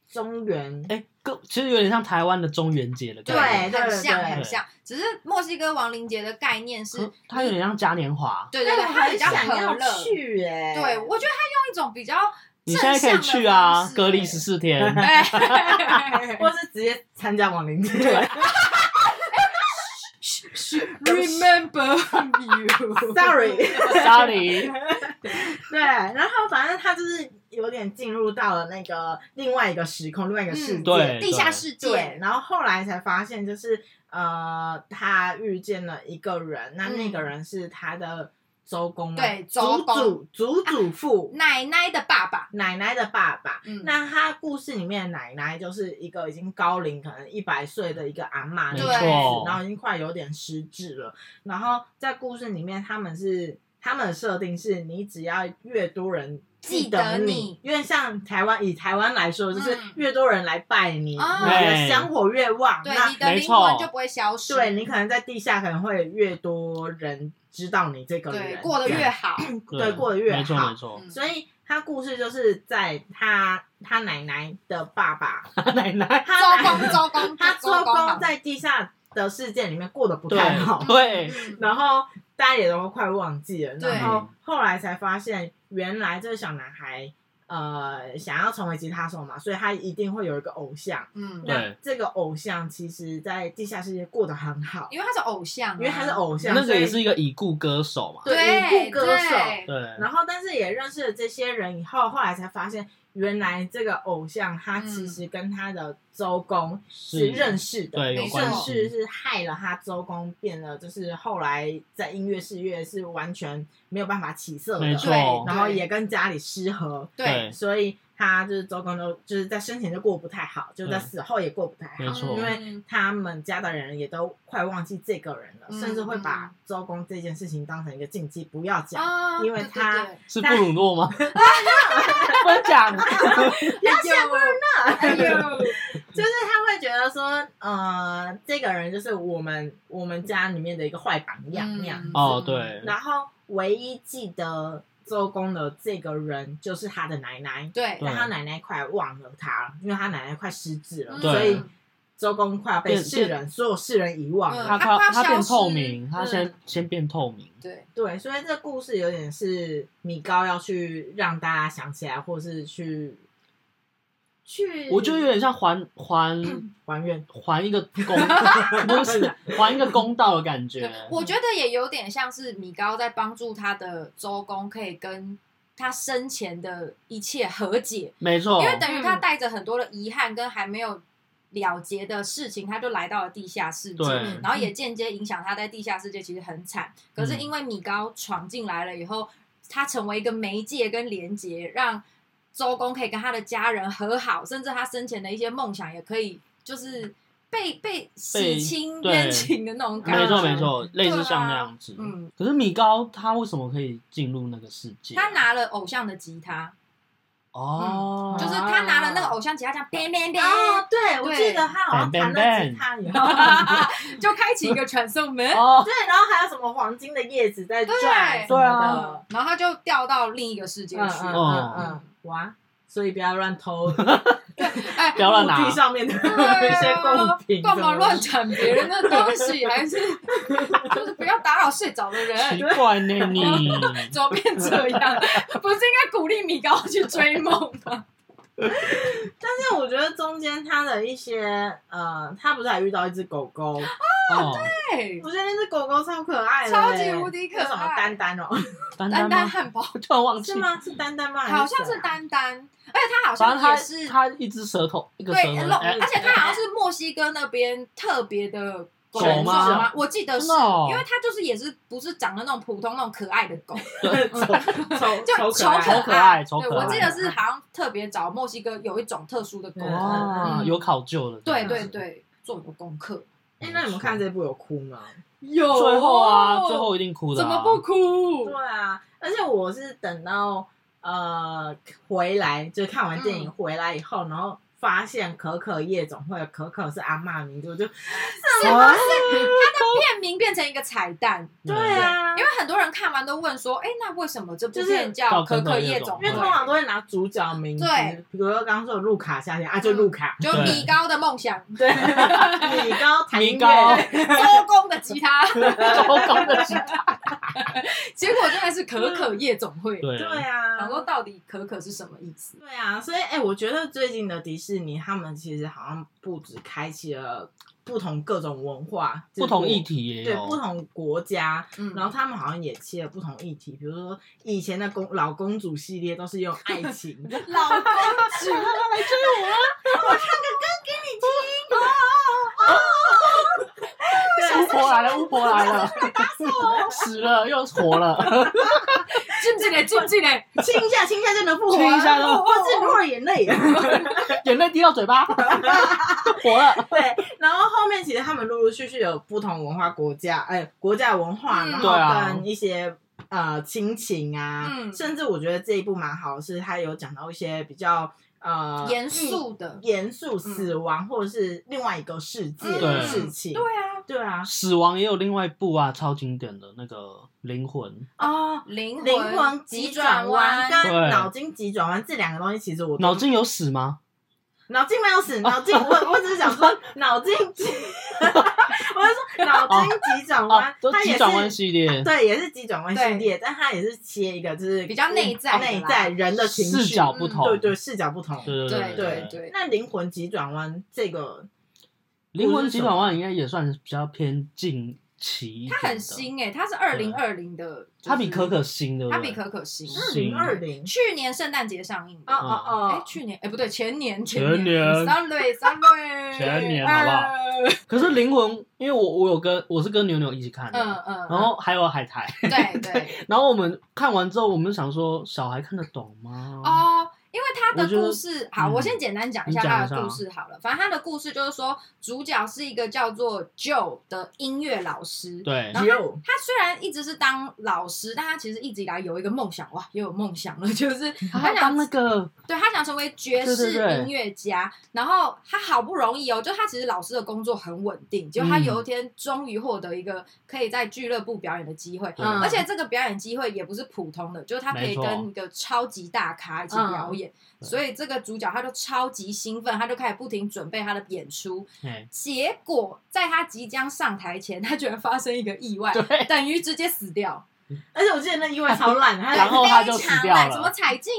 C: 中原
A: 哎，个其实有点像台湾的中元节的
C: 对
A: 感觉，
C: 对
B: 很像
C: 对
B: 很像。只是墨西哥亡灵节的概念是，
A: 可它有点像嘉年华。
B: 对对对，
C: 我
B: 它比较
C: 哎想
B: 可
C: 要
B: 乐。
C: 去哎、
B: 对，我觉得他用一种比较
A: 你现在可以去啊，隔离十
B: 时。。
A: 四天
B: 哎
C: 或是直接参加亡灵节，
B: Remember you.
C: Sorry
A: 沙里，
C: 对，然后反正他就是有点进入到了那个另外一个时空，另外一个世
B: 嗯
C: 界。
A: 对
B: 地下世
C: 对
B: 界。
C: 然后后来才发现，就是呃，他遇见了一个人，那那个人是他的周公吗，
B: 嗯对
C: 祖
B: 周公
C: 祖祖祖父、
B: 奶奶的爸爸，
C: 奶奶的爸爸。
B: 嗯，
C: 那他故事里面的奶奶就是一个已经高龄，可能一百岁的一个阿嬷，
A: 没
B: 对
A: 错，
C: 然后已经快有点失智了。然后在故事里面，他们是他们的设定是你只要越多人
B: 记
C: 得
B: 得你
C: 因为像台湾以台湾来说，就是
B: 嗯
C: 越多人来拜你，
B: 啊
C: 你的香火越旺，
B: 对
C: 那
B: 你的
A: 没
B: 灵
A: 错
B: 魂就不会消失，
C: 对你可能在地下可能会越多人知道你这个
B: 对
C: 人，
B: 过得越好，
C: 对过得越
A: 没错
C: 好
A: 没。错。
B: 嗯
C: 嗯所以他故事就是在他他奶奶的 爸爸，
A: 奶奶，
C: 他
B: 周
C: 奶
B: 公周公，
C: 他
B: 周好
C: 周公在地下的世界里面过得不太好
A: 对，对，
B: 嗯
C: 然后大家也都快忘记了，
B: 对
C: 然后后来才发现，原来这个小男孩呃想要成为吉他手嘛，所以他一定会有一个偶像。
B: 嗯，
A: 对
C: 那这个偶像其实，在地下世界过得很好，
B: 因为他是偶像啊，
C: 因为他是偶像，
A: 嗯那个也
C: 所
A: 是
C: 以
A: 一个已故歌手嘛。
C: 对
B: 对
C: 已故歌手
B: 对
A: 对，
C: 然后但是也认识了这些人以后，后来才发现，原来这个偶像他
B: 嗯
C: 其实跟他的周公是认识的，
A: 对有
B: 没错
A: 关
C: 甚
A: 系。
C: 至是害了他周公变得就是后来在音乐事业是完全没有办法起色的
A: 没，错
B: 对
C: 然后也跟家里失和，
A: 对
B: 对，
C: 所以他就是周公都就是在生前就过不太好，就在
A: 嗯
C: 死后也过不太
A: 没
C: 好，
B: 嗯
A: 错
C: 嗯因为他们家的人也都快忘记这个人了，
B: 嗯
C: 甚至会把周公这件事情当成一个禁忌，不要讲。
B: 啊，
C: 因为
B: 对对
C: 他
B: 对
A: 是布鲁诺 吗？不能讲，
B: 要羡慕呢，哎呦，
C: 就是他会觉得说，呃，这个人就是我们我们家里面的一个坏榜样那
B: 嗯
C: 样子。
A: 哦对
C: 嗯然后唯一记得周公的这个人就是他的奶奶，
B: 对
A: 对
C: 但他奶奶快忘了他了，因为他奶奶快失智了，
B: 嗯
A: 对
C: 所以周公快要被
A: 变
C: 世人所有世人遗忘
B: 嗯
C: 了。
A: 他快要
B: 他快要
A: 他变
B: 消失
A: 透明，他
B: 嗯
A: 先先变透明，
B: 对，
C: 对，所以这故事有点是米高要去让大家想起来，或是去去，
A: 我觉得有点像还还
C: 还原。
A: 还一个公， 不是还一个公道的感觉
B: 对。
C: 啊
B: 我觉得也有点像是米高在帮助他的周公，可以跟他生前的一切和解，
A: 没错，
B: 因为等于他带着很多的遗憾跟还没有了结的事情，他就来到了地下世界，
A: 对
B: 嗯然后也间接影响他在地下世界其实很惨。可
A: 嗯
B: 是因为米高闯进来了以后，他成为一个媒介跟连接，让周公可以跟他的家人和好，甚至他生前的一些梦想也可以就是被被洗
A: 被
B: 清
A: 对
B: 冤情的那种感觉。
A: 没错没错，类似像那样子。
B: 啊嗯，
A: 可是米高他为什么可以进入那个世界？
B: 他拿了偶像的吉他，
A: 哦，
B: 嗯就是他拿了那个偶像吉他，这样 bang bang bang，，
C: 哦对，我记得他好像弹了吉他以后，
B: 就开启一个传送门，
A: 哦，
C: 对，然后还有什么黄金的叶子在转
B: 对
C: 什么
A: 对
C: 的
A: 啊，
B: 呃然后他就掉到另一个世界
C: 嗯
B: 去。
C: 嗯嗯
A: 哦
C: 嗯，哇！所以不要 乱偷物
B: 哎
A: 不，要乱拿
C: 品，上面的
B: 对
C: 那些贡
B: 啊
C: 品，，
B: 干嘛乱？抢别人的东西？还 是就是不要打扰睡着的
A: 奇
B: 人。
A: 怪呢你。
B: 怎么变这样？不是应该鼓励米高去追梦吗？
C: 但是我觉得中间他的一些呃，他不是还遇到一只狗狗，我
A: 哦，
B: 对，
C: 觉得那只狗狗超可爱的，欸
B: 超级无敌可爱
C: 叫什么丹丹 哦，
A: 丹
B: 丹丹
A: 吗？
B: 汉堡
A: 我突然忘记
C: 是，吗？是丹丹吗？
B: 好像是
C: 丹。
B: 丹 丹，而且他好
A: 反正
B: 像
A: 他
B: 也是
A: 他一只舌头，一个舌
B: 对，
A: 头，
B: 龙，
A: 哎
B: 而且它好像是墨西哥那边特别的狗
A: 狗
B: 是
A: 吗
B: 吗？我记得是，
A: 真的哦
B: 因为它就是也是不是长得那种普通那种可爱的狗，
C: 丑
B: 就
C: 丑
B: 丑
A: 丑
B: 可
A: 可爱丑
B: 对，
A: 可
B: 我
A: 爱
B: 记得是好像特别找墨西哥有一种特殊的狗，
C: 嗯
A: 哦，
B: 嗯
A: 有考究了。
B: 对
A: 这
B: 对
A: 样
C: 啊
A: 子，嗯
B: 对，做过功课。
C: 哎，那你们看这部有哦哭吗？
B: 有
A: 最后啊，最后一定哭的。
B: 哦怎么不？哭
C: 对？啊，而且我是等到呃回来，就看完电影
B: 嗯
C: 回来以后，然后发现可可夜总会，可可是阿嬷名字，我就
B: 是不是它的片名变成一个彩蛋？
A: 对
C: 对啊，
B: 因为很多人看完都问说，哎，那为什么这部
C: 就是
B: 片叫
A: 叫
B: 《可
A: 可可
B: 可
A: 夜
B: 夜
A: 总
B: 总
A: 会
C: 因
B: 会
C: 为》？通常都会拿主角名字，
B: 对，
C: 比如说刚刚说的路卡下线啊，就路卡，
B: 就
A: 对
B: 米高的梦想，
C: 嗯对，米高弹音
A: 米高
C: 乐，
B: 周公的吉 他。
A: 糟糕的吉他。
B: 结果真的是可可夜总会。
A: 对
C: 对啊，
B: 想说到底可可是什么意思？
C: 对啊，所以哎、我觉得最近的迪士尼，他们其实好像不止开启了不同各种文化、
A: 不同议，题哦也
C: 对
A: 有，
C: 不同国家，
B: 嗯，
C: 然后他们好像也切了不同议题，比如说以前的公老公主系列都是用 爱情，老公主来追我了， 我唱个歌给你听，哦
A: 巫婆来了，巫婆来 了，死了又活了，
B: 进不进来？进不进来？
C: 亲一下，亲一下就能复活啊，
A: 亲一下就哦
C: 或是落了 眼泪。
A: 眼泪滴到嘴巴，活了。
C: 对，然后后面其实他们陆陆续续有不同文化国家，哎、国家文化，
B: 嗯
C: 然
A: 对啊
C: 后跟一些、呃亲情啊，
B: 嗯
C: 甚至我觉得这一部蛮好的是，它有讲到一些比较呃
B: 严肃的
C: 嗯严肃死亡、或者是另外一个世界的
A: 嗯
C: 事情。
B: 对啊，
C: 对啊，
A: 死亡也有另外一部啊，超经典的那个灵魂，
C: 哦。
B: 灵
C: 灵魂急转弯跟
A: 对
C: 脑筋急转弯这两个东西，其实我都
A: 脑筋有死吗？
C: 脑筋没有死，脑筋我我只是想说脑筋急，我是说脑筋急转
A: 啊
C: 弯，，
A: 都
C: 它也
A: 急
C: 是
A: 转弯系列，
C: 对，也是急转弯系列，但它也是切一个就是
B: 比较内在的啦
C: 内在人的情绪
A: 视角不同，
C: 对对，视角不同。
A: 对
B: 对
A: 对
B: 对
A: 对
B: 对，
C: 那灵魂急转弯这个，
A: 灵魂急转弯应该也算是比较偏近期一点
B: 它
A: 的，
B: 很新诶，它是二零二零的，
A: 它比可，可新，对不
B: 它
A: 对？
B: 比可可新，
A: 是
C: 零二零，
B: 去年圣诞节上映
C: 哦
B: 的。
C: 哦
B: 哎
C: 哦，，
B: 去年哎不对，前年
A: 前
B: 年
A: 年
B: ，sorry sorry，
A: 前年好不好
B: 哎
A: 可是灵魂，因为我我有跟我是跟牛牛一起看的，
B: 嗯嗯，
A: 然后还有海苔，
B: 对对
A: 然后我们看完之后，我们想说小孩看得懂吗？
B: 哦，因为他的
A: 我觉得
B: 故事好，
A: 嗯
B: 我先简单讲一
A: 你
B: 下
A: 讲
B: 他
A: 一下
B: 的故事好了。反正他的故事就是说，主角是一个叫做 Joe 的音乐老师，
A: 对，
B: 然后
C: 有
B: 他虽然一直是当老师，但他其实一直以来有一个梦想，哇，也有梦想了，就是他
A: 他
B: 想
A: 啊当那个
B: 对他想成为爵士
A: 对对对
B: 音乐家。然后他好不容易哦，就他其实老师的工作很稳定，结果他
A: 嗯
B: 有一天终于获得一个可以在俱乐部表演的机会。
A: 对
B: 而且这个表演机会也不是普通的，就是他可以
A: 没错
B: 跟一个超级大咖一起表演。
A: 对
B: 所以这个主角他就超级兴奋，他就开始不停准备他的演出。
A: 嘿
B: 结果在他即将上台前，他居然发生一个意外，
A: 对，
B: 等于直接死掉，
C: 而且我记得那意外超烂，
A: 然
C: 他
A: 后他就死掉了
B: 非常烂什么踩进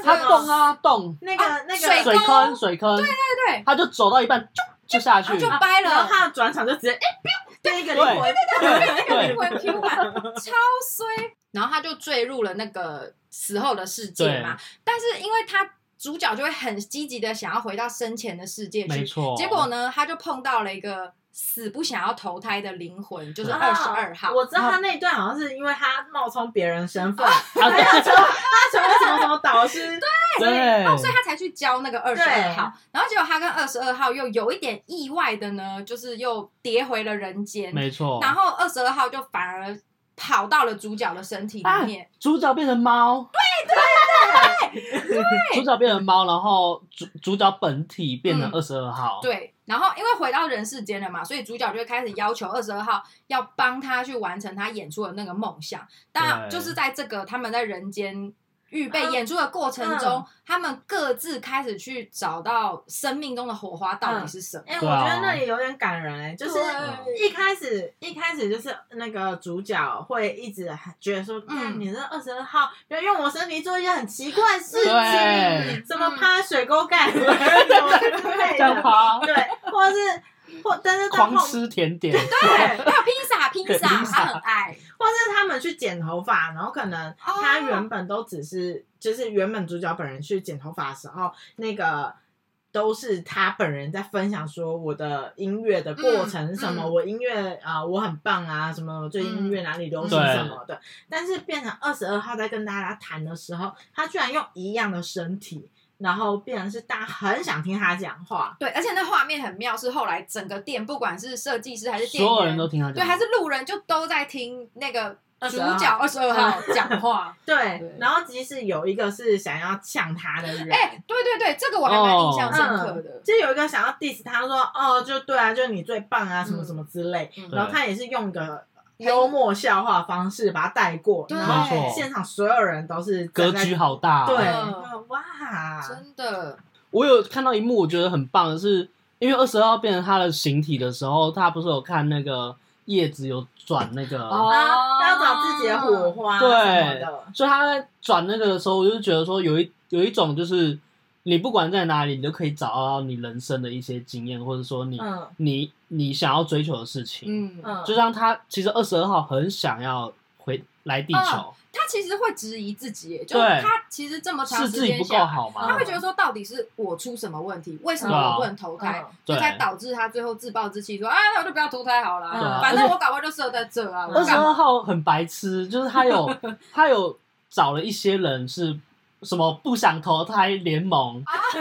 A: 他
B: 个
A: 动啊动，
C: 那个、
B: 啊
C: 那个，
B: 水
A: 水
B: 沟
A: 坑水坑，对对
B: 对，
A: 他就走到一半就就下去啊
B: 他，就掰
C: 然后
B: 了，
C: 他的转场就直接哎，对一个灵魂，
A: 对
B: 灵
A: 对
B: 魂 Q 版 超衰，然后他就坠入了那个死后的世界嘛。但是因为他主角就会很积极的想要回到生前的世界
A: 没
B: 去，
A: 错。
B: 结果呢，他就碰到了一个死不想要投胎的灵魂，就是
A: 对
B: 二十二号。
C: 我知道他那一段好像是因为他冒充别人身份，
A: 啊？
C: 他
A: 对
C: 要成 他成为什么什么导师，
A: 对，
B: 哦，所以他才去教那个二十二
C: 对
B: 号，然后结果他跟二十二号又有一点意外的呢，就是又跌回了人间，
A: 没错。
B: 然后二十二号就反而跑到了主角的身体里面，
A: 主角变成猫，对对对 主角变成猫，然后主主角本体变成
B: 嗯
A: 二十二号，
B: 对，然后因为回到人世间了嘛，所以主角就会开始要求二十二号要帮他去完成他演出的那个梦想。但
A: 对
B: 就是在这个他们在人间预备演出的过程中，
C: 嗯
B: 他们各自开始去找到生命中的火花到底是什么。
C: 哎、我
A: 对
C: 觉
A: 啊
C: 得那里有点感人、哎，就是
B: 对
C: 一开始一开始就是那个主角会一直觉得说，嗯，你这二十二号不要用我身体做一些很奇怪的事情
A: 对，
C: 嗯什么
B: 嗯
C: 趴水沟盖， 什么之类
A: 嗯这样
C: 的，
A: 趴，
C: 对，或者是或但是到
A: 狂
C: 后
A: 吃甜点，
C: 对，
B: 还有披萨，披
A: 对
B: 萨，
A: 披萨
B: 他很爱。
C: 或是他们去剪头发，然后可能他
B: 哦
C: 原本都只是，就是原本主角本人去剪头发的时候，那个都是他本人在分享说我的音乐的过程是什么，
B: 嗯嗯
C: 我音乐啊、呃我很棒啊，什么最近音乐哪里流行
A: 嗯
C: 什么的。但是变成二十二号在跟大家谈的时候，他居然用一样的身体。然后变成是大家很想听他讲话，
B: 对，而且那画面很妙，是后来整个店，不管是设计师还是店
A: 所有人
B: 员
A: 都，听他讲，
B: 对，还是路人，就都在听那个主
C: 22
B: 角二十二号
C: 嗯
B: 讲话。
C: 对。
B: 对
C: 然后即使有一个是想要呛他的人，
B: 哎、对对对，这个我还蛮印
A: 哦
B: 象深
A: 嗯
B: 刻的。
C: 就有一个想要 diss 他说，哦，就对啊，就你最棒啊，什么什么之类。
B: 嗯
C: 然后他也是用个幽默笑话方式把他带过，
B: 对
C: 然后
A: 没错
C: 现场所有人都是
A: 格
C: 站在
A: 局好大、
C: 对，
B: 嗯
A: 啊
C: 哇，
B: 真的，
A: 我有看到一幕，我觉得很棒的是，因为二十二号变成他的形体的时候，他不是有看那个叶子有转那个，
B: 哦
C: 啊，他要找自己的火花什
A: 对
C: 么的，
A: 所以他在转那个的时候，我就觉得说有一有一种就是你不管在哪里，你都可以找到你人生的一些经验，或者说你、
C: 嗯
A: 你你想要追求的事情。
B: 嗯，
C: 嗯，
A: 就像他其实二十二号很想要回来地球，
B: 他其实会质疑自己耶，就是
A: 对
B: 他其实这么长
A: 是
B: 时
A: 自己
B: 间
A: 不够
B: 下来，
A: 好
B: 他
A: 吗
B: 会？觉得说，到底是我出什么问题？为什么
A: 对啊
B: 我不能投胎？
C: 嗯
B: 就
A: 对
B: 才导致他最后自暴自弃，说啊，那我就不要投胎好了，
C: 对啊
B: 反正
A: 而且
B: 我搞不好就设在这啊，我
A: 二十
B: 干嘛？
A: 二号很白痴，就是他 有他有找了一些人是什么不想投胎联 盟，就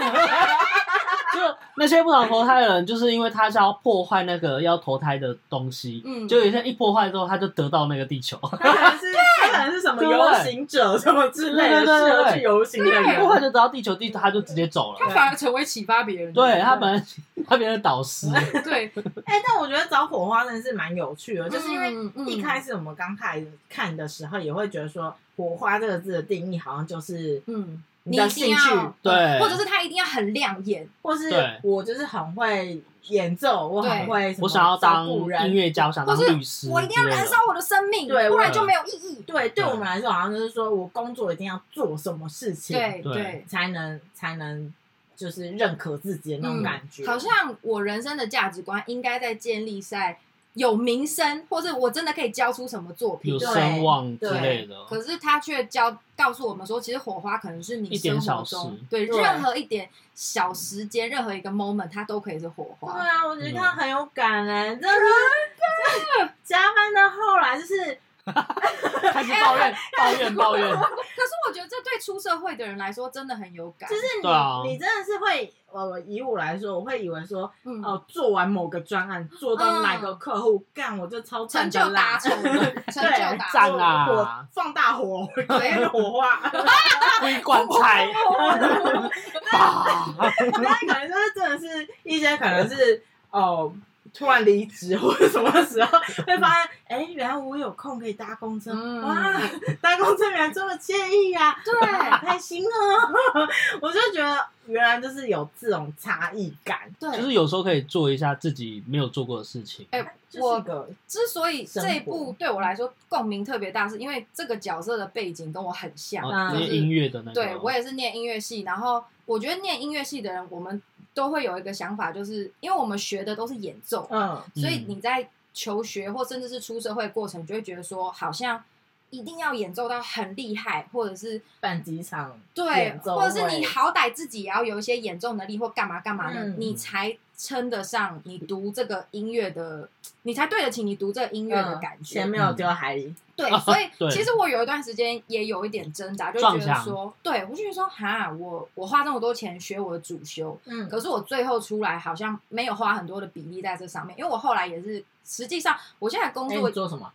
A: 那些不想投胎的人，就是因为他是要破坏那个要投胎的东西，
B: 嗯
A: 就有些一破坏之后，他就得到那个地球，
C: 他可能是他可能是什么
A: 对
C: 游行者什么之类的，
A: 对对对
C: 适合
A: 对
C: 去游行的
B: 啊
A: 一
C: 人
A: 破，坏就得到地球，地他就直接走
B: 他
A: 了。
B: 反而成为启发别人的
A: 对
B: 人，
A: 他本嗯来他变成导 师，
B: 对，
C: 哎、但我觉得找火花真的是蛮有趣的，就是因为
B: 嗯嗯
C: 一开始我们刚开始看的时候，也会觉得说“火花”这个字的定义好像就是
B: 嗯，
C: 你的
B: 一定
C: 兴
B: 要
C: 趣，
A: 对，
B: 或者是他一定要很亮眼，
C: 或是
A: 对
C: 我就是很会演奏，我很会什么
A: 我想要当
C: 照顾人
A: 音。乐家，我想
B: 或
A: 当
B: 是
A: 律师之类的，
B: 我一定要燃烧我的生命，
C: 对
B: 不然
A: 我
B: 就没有意义。
C: 对，对我们来说好像就是说我工作一定要做什么事情，
B: 对
A: 对
B: 对，
C: 才能才能就是认可自己的那种感觉。
B: 嗯好像我人生的价值观应该在建立在有名声，或者我真的可以交出什么作品
A: 有。声望之类的。
B: 可是他却教告诉我们说，其实火花可能是你
A: 一点
B: 生活
A: 小
B: 中
A: 事
B: 对
C: 对
B: 任何一点小时间、任何一个 moment，它都可以是火
C: 对
B: 花。
C: 啊，我
A: 嗯
C: 觉得他很有感哎、真的。加班到后来就是
A: 开始抱怨，抱怨，抱 怨。
B: 可是我觉得这对出社会的人来说真的很有感，
C: 就是你、
A: 对啊
C: 你真的是会，呃，以我来说，我会以为说
B: 嗯，
C: 哦，做完某个专案，做到哪个客户干，我就超
B: 成
C: 赞
B: 就
C: 的啦
B: 达成， 成就达
A: 赞
B: 成，
A: 成啊
C: 我我放大火，
B: 对
C: 没有火 花，
A: 归棺材，
C: 那可能就是真的是一些可能是哦。突然离职或者什么时候，会发现，哎、原来我有空可以搭公车，
B: 嗯
C: 哇，搭公车原来这么惬意啊，
B: 对
C: 开心哦！ 我就觉得原来就是有这种差异感，
B: 对，
A: 就是有时候可以做一下自己没有做过的事情。
B: 哎、
C: 就是
B: 我
C: 一个
B: 之所以这一
C: 生活
B: 部对我来说共鸣特别大，是因为这个角色的背景跟我很像。
A: 哦，
C: 嗯
A: 那些音乐的那个，
B: 对我也是念音乐系，然后我觉得念音乐系的人，我们都会有一个想法，就是因为我们学的都是演奏，
C: 嗯，
A: 嗯
B: 所以你在求学或甚至是出社会的过程，你就会觉得说，好像一定要演奏到很厉害，或者是
C: 办几场
B: 对，
C: 演奏
B: 或者是你
C: 会
B: 好歹自己也要有一些演奏能力或干嘛干嘛的，
C: 嗯
B: 你才称得上你读这个音乐的，你才对得起你读这个音乐
C: 嗯
B: 的感觉。
C: 钱没有丢海里，
B: 对，所以
A: 啊对
B: 其实我有一段时间也有一点挣扎，就
A: 撞
B: 觉得
A: 墙
B: 说，对我就觉得说，哈，我我花这么多钱学我的主修，
C: 嗯
B: 可是我最后出来好像没有花很多的比例在这上面，因为我后来也是，实际上我现在工
C: 哎
B: 作
C: 你，做什么？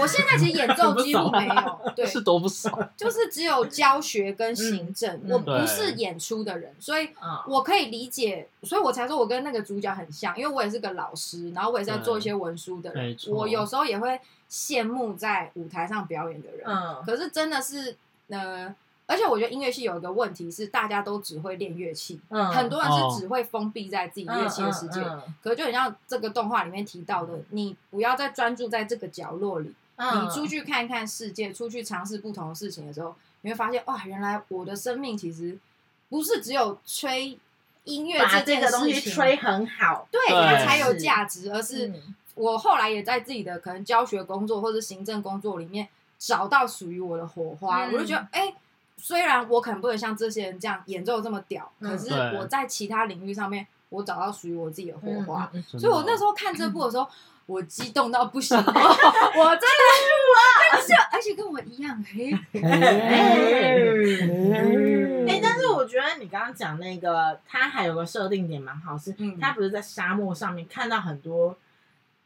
B: 我现在其实演 奏
A: 不
B: 几乎
A: 熟
B: 没有，对，
A: 是多不少。
B: 就是只有教学跟行政，
C: 嗯
B: 我
C: 嗯
B: 不是演出的人，所以
C: 嗯，
B: 我可以理解，所以我才说我跟那个主角很像，因为我也是个老师，然后我也是要做一些文书的
A: 没
B: 人，
A: 错
B: 我有时候也会羡慕在舞台上表演的人，
C: 嗯，
B: 可是真的是，呃，而且我觉得音乐系有一个问题是，大家都只会练乐器，
C: 嗯
B: 很多人
A: 哦
B: 是只会封闭在自己乐器的世界，
C: 嗯
B: 可是就很像这个动画里面提到的，你不要再专注在这个角落里，
C: 嗯
B: 你出，去看一看世界，出去尝试不同的事情的时候，你会发现，哇，原来我的生命其实不是只有吹音乐
C: 把这
B: 件
C: 个东
B: 事
C: 西
B: 情，
C: 吹很好，
B: 对
A: 对
B: 它才有价值，而是
C: 嗯
B: 我后来也在自己的可能教学工作或者行政工作里面找到属于我的火花，
C: 嗯
B: 我就觉得，哎、虽然我可能不能像这些人这样演奏这么屌，
C: 嗯
B: 可是
A: 对
B: 我在其他领域上面，我找到属于我自己的火花。
C: 嗯嗯
B: 所以我那时
A: 候
B: 候看这部的时候，我激动到不 行，我真的，但是而且跟我一样，嘿，嗯
C: 哎、但是我觉得你刚刚讲那个，它还有个设定点蛮好，是
B: 嗯
C: 它不是在沙漠上面看到很多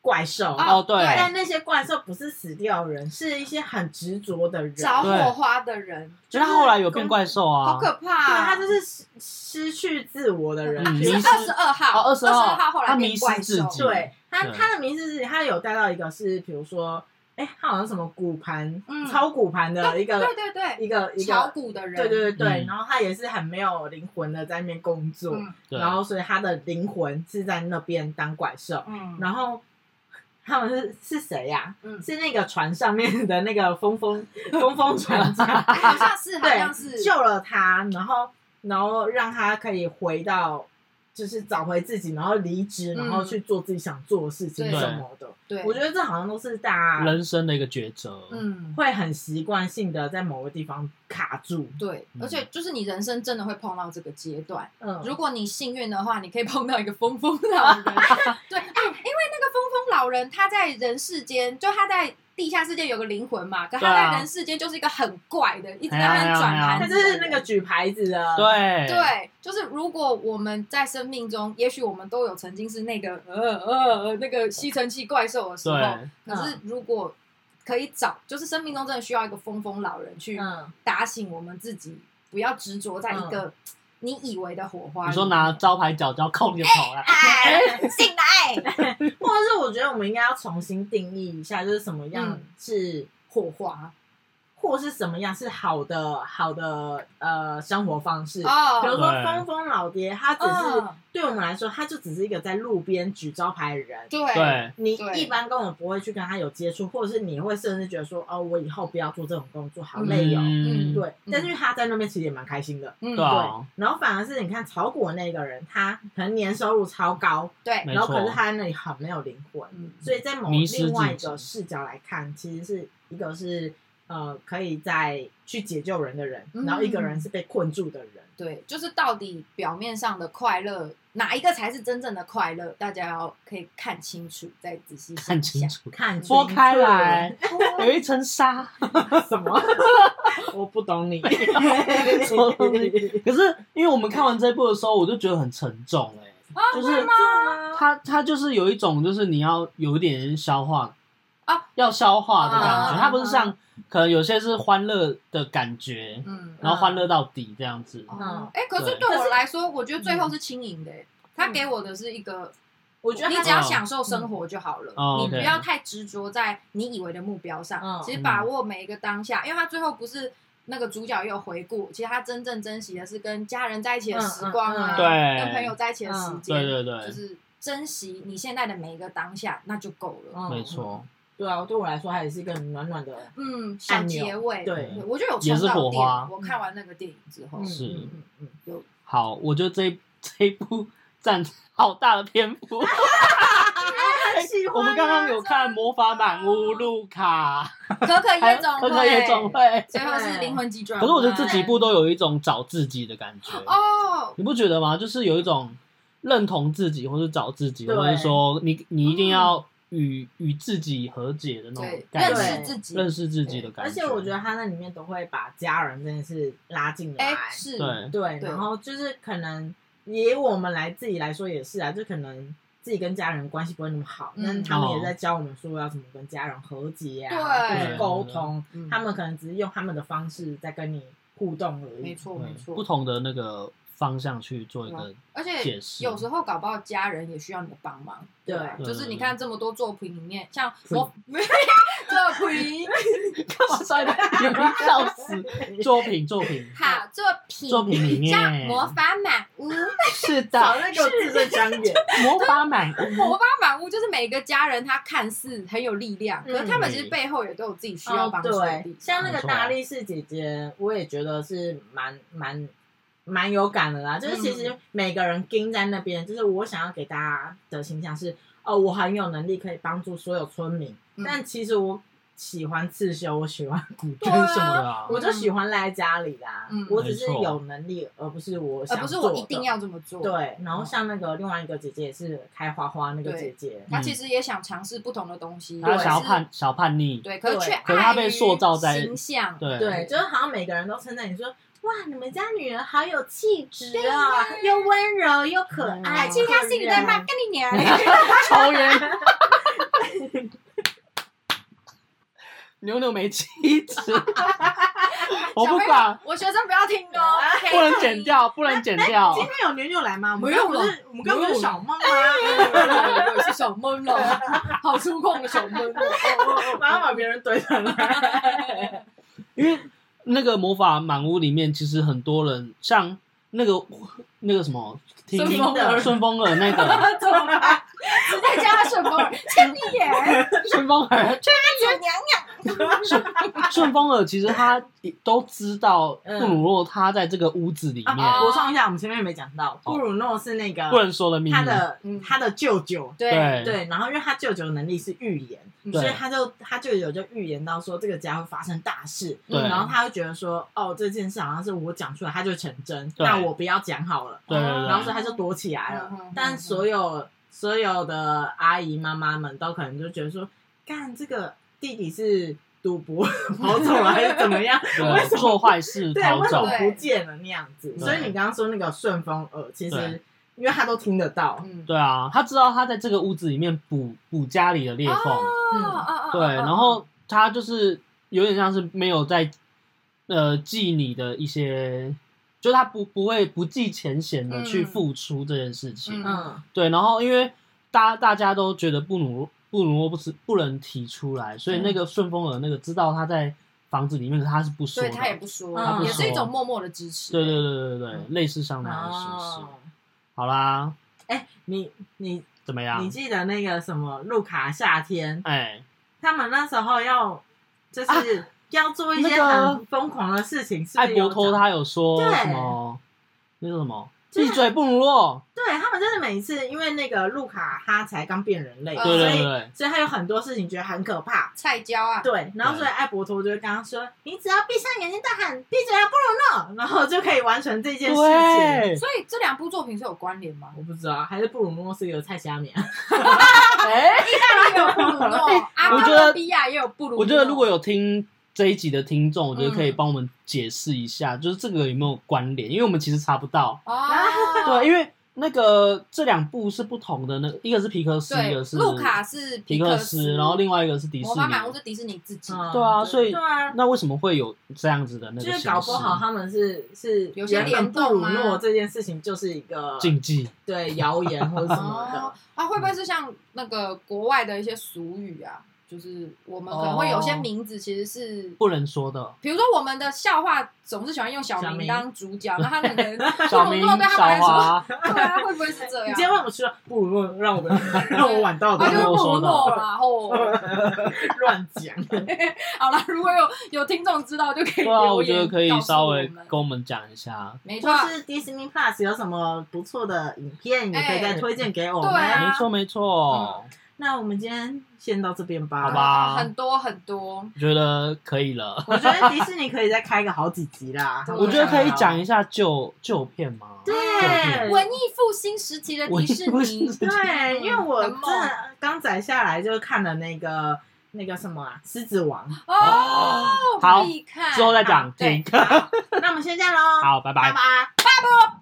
C: 怪兽，
B: 啊
A: 哦对
C: 但那些怪兽不是死掉的人，是一些很执着的人，
B: 找
A: 对
B: 火花的人，
A: 就他后来有变怪兽啊，
B: 好可
C: 对，
B: 怕、
C: 他就是失失去自我的人。
A: 嗯
B: 是
A: 迷失
B: 二十二号，
A: 哦
B: 二
A: 22号
B: 号后来
A: 他
B: 变
A: 迷失
B: 怪
A: 自
B: 兽，
A: 己
C: 对他，
A: 对
C: 他的名字是，他有带到一个是，比如说，哎、他好像什么骨盘，
B: 嗯
C: 超骨盘的一个
B: 对对对，
C: 一个一
B: 炒
C: 个，
B: 股的人，
C: 对对对对，
A: 嗯
C: 然后他也是很没有灵魂的在那边工作，
B: 嗯
A: 对
C: 然后所以他的灵魂是在那边当怪兽，
B: 嗯，
C: 然后他们是是谁呀、
B: 嗯
C: 是那个船上面的那个风 风风风船长
B: 哎好像是，好
C: 对
B: 像是，
C: 救了他，然后然后让他可以回到。就是找回自己，然后离职，
B: 嗯
C: 然后去做自己想做的事情
B: 对
C: 什么的。
B: 对，
C: 我觉得这好像都是大家
A: 人生的一个抉择。
B: 嗯，
C: 会很习惯性的在某个地方卡住。
B: 对，
A: 嗯
B: 而且就是你人生真的会碰到这个阶段。
C: 嗯，
B: 如果你幸运的话，你可以碰到一个疯疯老 人。对，哎，因为那个疯疯老人他在人世间，就他在地下世界有个灵魂嘛，可
A: 对
B: 他
A: 啊
B: 在人世间就是一个很怪的，一直在
A: 哎呀
B: 那边转
A: 哎呀
B: 盘
C: 他
B: 子
C: 就
B: 的人。
C: 是那个举牌子的，
A: 对
B: 对，就是如果我们在生命中，也许我们都有曾经是那个呃呃呃那个吸尘器怪兽的时候，
A: 对
B: 可是如果可以找，就是生命中真的需要一个疯疯老人去
C: 嗯，
B: 打醒我们自己，不要执着在一个你以为的火花里面。
A: 你说拿招牌脚就要扣你的头啦，
B: 哎进来
C: 或者是我觉得我们应该要重新定义一下，就是什么样
B: 嗯
C: 是
B: 火花
C: 或是什么样是好的好的呃生活方式。比如
B: 哦，
C: 说
A: 对
C: 峰峰老爹，他只是、
B: 嗯
C: 对我们来说，他就只是一个在路边举招牌的人。
B: 对
A: 对
C: 你
B: 对
C: 一般根本不会去跟他有接触，或者是你会甚至觉得说，哦，我以后不要做这种工作，好累哦。
A: 嗯
C: 对，但是他在那边其实也蛮开心的。
B: 嗯
A: 对啊，
C: 然后反而是你看炒股的那个人，他可能年收入超高，
B: 对
A: 没
C: 然后可是
A: 错
C: 他在那里很没有灵魂。
B: 嗯
C: 所以在某
A: 迷失自己
C: 另外一个视角来看，其实是一个是呃可以在去解救人的人，
B: 嗯
C: 然后一个人是被困住的人。
B: 对，就是到底表面上的快乐，哪一个才是真正的快乐？大家要可以看清楚，再仔细想
A: 看
B: 一
A: 清
B: 想。
A: 楚，
C: 看
A: 拨开来，有一层纱。
C: 什么？我不懂你。
A: 什么东西可是因为我们看完这一部的时候，我就觉得很沉重哎、就是啊它它就是有一种就是你要有一点消化
B: 啊，
A: 要消化的感
B: 啊
A: 觉。它不是像可能有些是欢乐的感觉，
B: 嗯，
A: 然后欢乐到底这
B: 啊
A: 样子。
C: 嗯
B: 哦，哎，可是
A: 对
B: 欸对我来说，我觉得最后是轻盈的。他给我的是一个
C: 我觉得
B: 你
C: 他嗯
B: 只要享受生活就好了，
A: 哦
B: 你
A: ，OK
B: 不要太执着在你以为的目标上，
C: 嗯
B: 其实把握每一个当下，因为他最后不是。那个主角也有回顾，其实他真正珍惜的是跟家人在一起的时光啊，
C: 嗯嗯嗯
A: 对
B: 跟朋友在一起的时间，
A: 对对对
B: 就是珍惜你现在的每一个当下，那就够了。
C: 嗯
A: 没错，
C: 对啊，对我来说，它也是一个暖暖的，
B: 嗯，小结尾，
C: 对
B: 我就有
A: 也是
B: 冲到
A: 火
B: 电
A: 花
B: 影，我看完那个电影之后，
A: 是
C: 嗯嗯嗯
B: 有
A: 好，我觉得这一这一部占好大的篇 幅。
C: 很喜欢啊
A: 我们刚刚有看《魔法满屋》、路卡，
B: 可可
A: 还有
B: 夜总
A: 可可夜总
B: 会，
A: 会。
B: 最后是灵魂急转
A: 可
B: 弯。
A: 是我觉得这几部都有一种找自己的感觉，
B: 哦，
A: 你不觉得吗？就是有一种认同自己，或是找自己，
C: 对
A: 或者说你你一定要与与自己和解的那种
B: 嗯对，
A: 感
B: 认
A: 觉，
B: 识
C: 对
B: 自己，
A: 认识自己的感觉。
C: 而且我觉得他那里面都会把家人真的是拉进来，
B: 哎，是，
A: 对
C: 对，
B: 对
C: 然后就是可能以我们来自己来说也是啊，就可能自己跟家人关系不会那么好，
B: 嗯
C: 但是他们也在教我们说要怎么跟家人和解啊，
B: 对
C: 或是沟通，
B: 嗯
C: 他们可能只是用他们的方式在跟你互动而已。
B: 没， 错没
A: 对
B: 错
A: 不。同的那个方向去做一 个
B: 对，而且
A: 解释
B: 有时候搞不好家人也需要你的帮忙，
C: 对
B: 吧
A: 对
B: 就是你看这么多作品里面，像 我作品
A: 干嘛摔的？有人笑死！作品作 品
B: 好作品
A: 作品里面
B: 像魔法满屋，
A: 是
C: 少
A: 的，
C: 在给我字正 腔圆。
A: 魔法满屋
B: 魔法满屋就是每个家人他看似很有力量，
C: 嗯
B: 可是他们其实背后也都有自己需要帮助的
C: 哦对
B: 地，方。
C: 像那个大力士姐姐，我也觉得是蛮蛮蛮有感的啦。就是其
B: 嗯
C: 实每个人盯在那边，就是我想要给大家的形象是，哦，我很有能力可以帮助所有村民，
B: 嗯
C: 但其实我喜欢刺绣，我喜欢古
A: 跟
B: 对
C: 筝
B: 啊
A: 什么的 啊？
C: 我就喜欢赖在家里啦。
B: 嗯
C: 我只是
A: 没错
C: 有能力，而不是我
B: 而
C: 想
B: 不是
C: 做
B: 我
C: 的
B: 一定。要这么做。，嗯
C: 对，然后像那个另外一个姐姐也是开花花那个
B: 对
C: 姐姐，
B: 他其实也想尝试不同的东西，
A: 嗯他
B: 可是
A: 想要叛小叛逆，
B: 对，可是却
A: 可是他被
B: 碍于
A: 塑造在
B: 形象，
A: 对
C: 对，就是好像每个人都称赞你说，哇，你们家女儿好有气质啊，又温柔又可
A: 嗯
C: 啊爱，
B: 去他心里在骂，跟
C: 慢。
B: 你娘嘞！
A: 抽烟。 牛牛没气 质， 我不管，
B: 我学生不要听哦，
A: 不能剪。掉，不能剪掉。
C: 今天有啊牛牛来吗？我们
B: 没有
C: 刚不是我们刚不
B: 没
C: 是
B: 有
C: 小啊梦吗？
B: 我也是小闷了，好粗犷的小闷
C: 哦
B: 了。
C: 然后把别人怼上来。
A: 因为那个魔法满屋里面，其实很多人像那个那个什么听
B: 顺风耳
A: 顺风耳那个
B: 怎么办？直接叫他顺风耳，亲你眼，
A: 顺风耳，
B: 他娘娘。
A: 顺风耳其实他都知道
C: 嗯
A: 布鲁诺他在这个屋子里面
B: 啊
C: 补充一下，我们前面没讲到，
A: 哦
C: 布鲁诺是那个
A: 不能说的秘密
C: 哦他，的
B: 嗯
C: 他的舅舅，
B: 对，
C: 对，然后因为他舅舅的能力是预言，所以
A: 对
C: 他就他舅舅就预言到说这个家会发生大事，
B: 嗯
A: 对
C: 然后他就觉得说，哦，这件事好像是我讲出来，他就成真，
A: 对
C: 那我不要讲好了，
A: 对对
B: 嗯
A: 对，
C: 然后所以他就躲起来了
B: 嗯嗯嗯。
C: 但所有所有的阿姨妈妈们都可能就觉得说，干这个弟弟是赌 博跑走了还是怎么样？为什
A: 对
C: 么
A: 做坏事
C: 对，啊
A: 逃
C: 为什
A: 走
C: 么，不见了那样子？
A: 对
C: 所以你刚刚说那个顺风耳，其实
A: 对
C: 因为他都听得到，
B: 嗯，
A: 对啊，他知道他在这个屋子里面补补家里的裂缝，
B: 哦
A: 对，然后他就是有点像是没有在呃记你的一些，就他不不会不计前嫌的去
B: 嗯
A: 付出这件事情，
B: 嗯
C: 嗯，
A: 对，然后因为大大家都觉得布鲁布鲁诺不是不能提出来，所以那个顺风耳那个知道他在房子里面，可他是不说
B: 所
A: 的
B: 以，他也不说，
C: 他不
B: 也是
A: 说
B: 一种默默的支持。
A: 对对对对对，
C: 嗯
A: 类似像那样的事情。
C: 哦，
A: 好啦，
C: 哎，你你
A: 怎么样
C: 你？记得那个什么路卡夏天，
A: 哎，
C: 他们那时候要就是。
B: 啊
C: 要做一
A: 那
C: 些
A: 个
C: 很疯狂的事情，是不
A: 艾
C: 是有
A: 伯托
C: 讲
A: 他有说
C: 对
A: 什么？那叫什么？
C: 就是
A: 闭嘴，布鲁诺！
C: 对他们真的每一次，因为那个路卡他才刚变人类，
B: 对
A: 对对
C: 呃所
A: 对
C: 以
A: 对，
C: 所以他有很多事情觉得很可怕。
B: 菜椒啊，
C: 对，然后所以艾伯托就会跟他说：“你只要闭上眼睛大喊‘闭嘴啊，布鲁诺’，然后就可以完成这件事情。
A: 对，
B: 所以这两部作品是有关联”吗？
C: 我不知道，还是布鲁诺是一个菜虾米啊？
A: 哎，
B: 意大利有布鲁诺，阿
A: 我觉
B: 哥
A: 得
B: 罗比亚也有布鲁诺。
A: 我觉得如果有听这一集的听众，我觉得可以
B: 嗯
A: 帮我们解释一下，就是这个有没有关联？因为我们其实查不到。
B: 哦，
A: 对，因为那个这两部是不同的，那一个是皮克斯，一
B: 对
A: 个，是
B: 路卡是
A: 皮
B: 克
A: 斯，然后另外一个是迪士
B: 魔法满屋
A: 尼。
B: 是迪士尼自己，
C: 嗯
A: 对啊，所以
C: 对啊，
A: 那为什么会有这样子的那个
C: 就
A: 形式？
C: 是搞不好他们是是
B: 有些
C: 原本
B: 联
C: 布
B: 动
C: 鲁
B: 啊
C: 诺这件事情就是一个
A: 禁忌，
C: 对谣言或者什么
B: 哦
C: 的，，
B: 啊，会不会是像那个国外的一些俗语啊？就是我们可能会有
A: 哦
B: 些名字其实是，
A: 不能说的。
B: 比如说我们的笑话总是喜欢用小
C: 小
B: 明
C: 明
B: 当主角，那他们可能
A: 小
B: 布鲁
A: 明、
B: 诺对他们来
A: 小
B: 说，
A: 华，
B: 对啊，会不会是这
C: 你
B: 样
C: 今？天为什么吃了布鲁诺让我们 让我晚到的
B: 啊，就是
A: 我
B: 布
A: 说
B: 鲁
A: 的
B: 诺啦，哦，
C: 乱讲？
B: 好了，如果有有听众知道就可以
A: 对啊，
B: 留
A: 我觉得
B: 言
A: 可以
B: 告诉
A: 稍
B: 我
A: 微
B: 们
A: 跟我们讲一下。
B: 没错啊
C: 就，是 Disney Plus 有什么不错的影片，
A: 哎
C: 也可以再推荐给我们。
B: 对啊嗯
A: 没错，没错，
C: 那我们今天先到这边吧。
A: 好吧
B: 很多很多，。
A: 我觉得可以了。
C: 我觉得迪士尼可以再开个好几集 啦
B: 对
A: 啊我觉得可以讲一下旧旧片吗？
C: 对啊
B: 文艺复兴时期的
A: 文
B: 迪
A: 艺
B: 士
A: 复
B: 尼
A: 兴时，期
C: 对，因为我
B: 很
C: 真
B: 猛
C: 的刚载下来就看了那个那个什么啊，《狮子王》。
B: 哦，
A: 好
B: 必看，
A: 之后再讲，
B: 对
A: 停。
C: 好那我们先这样喽，
A: 好，拜拜
C: 拜。拜。
B: 拜拜。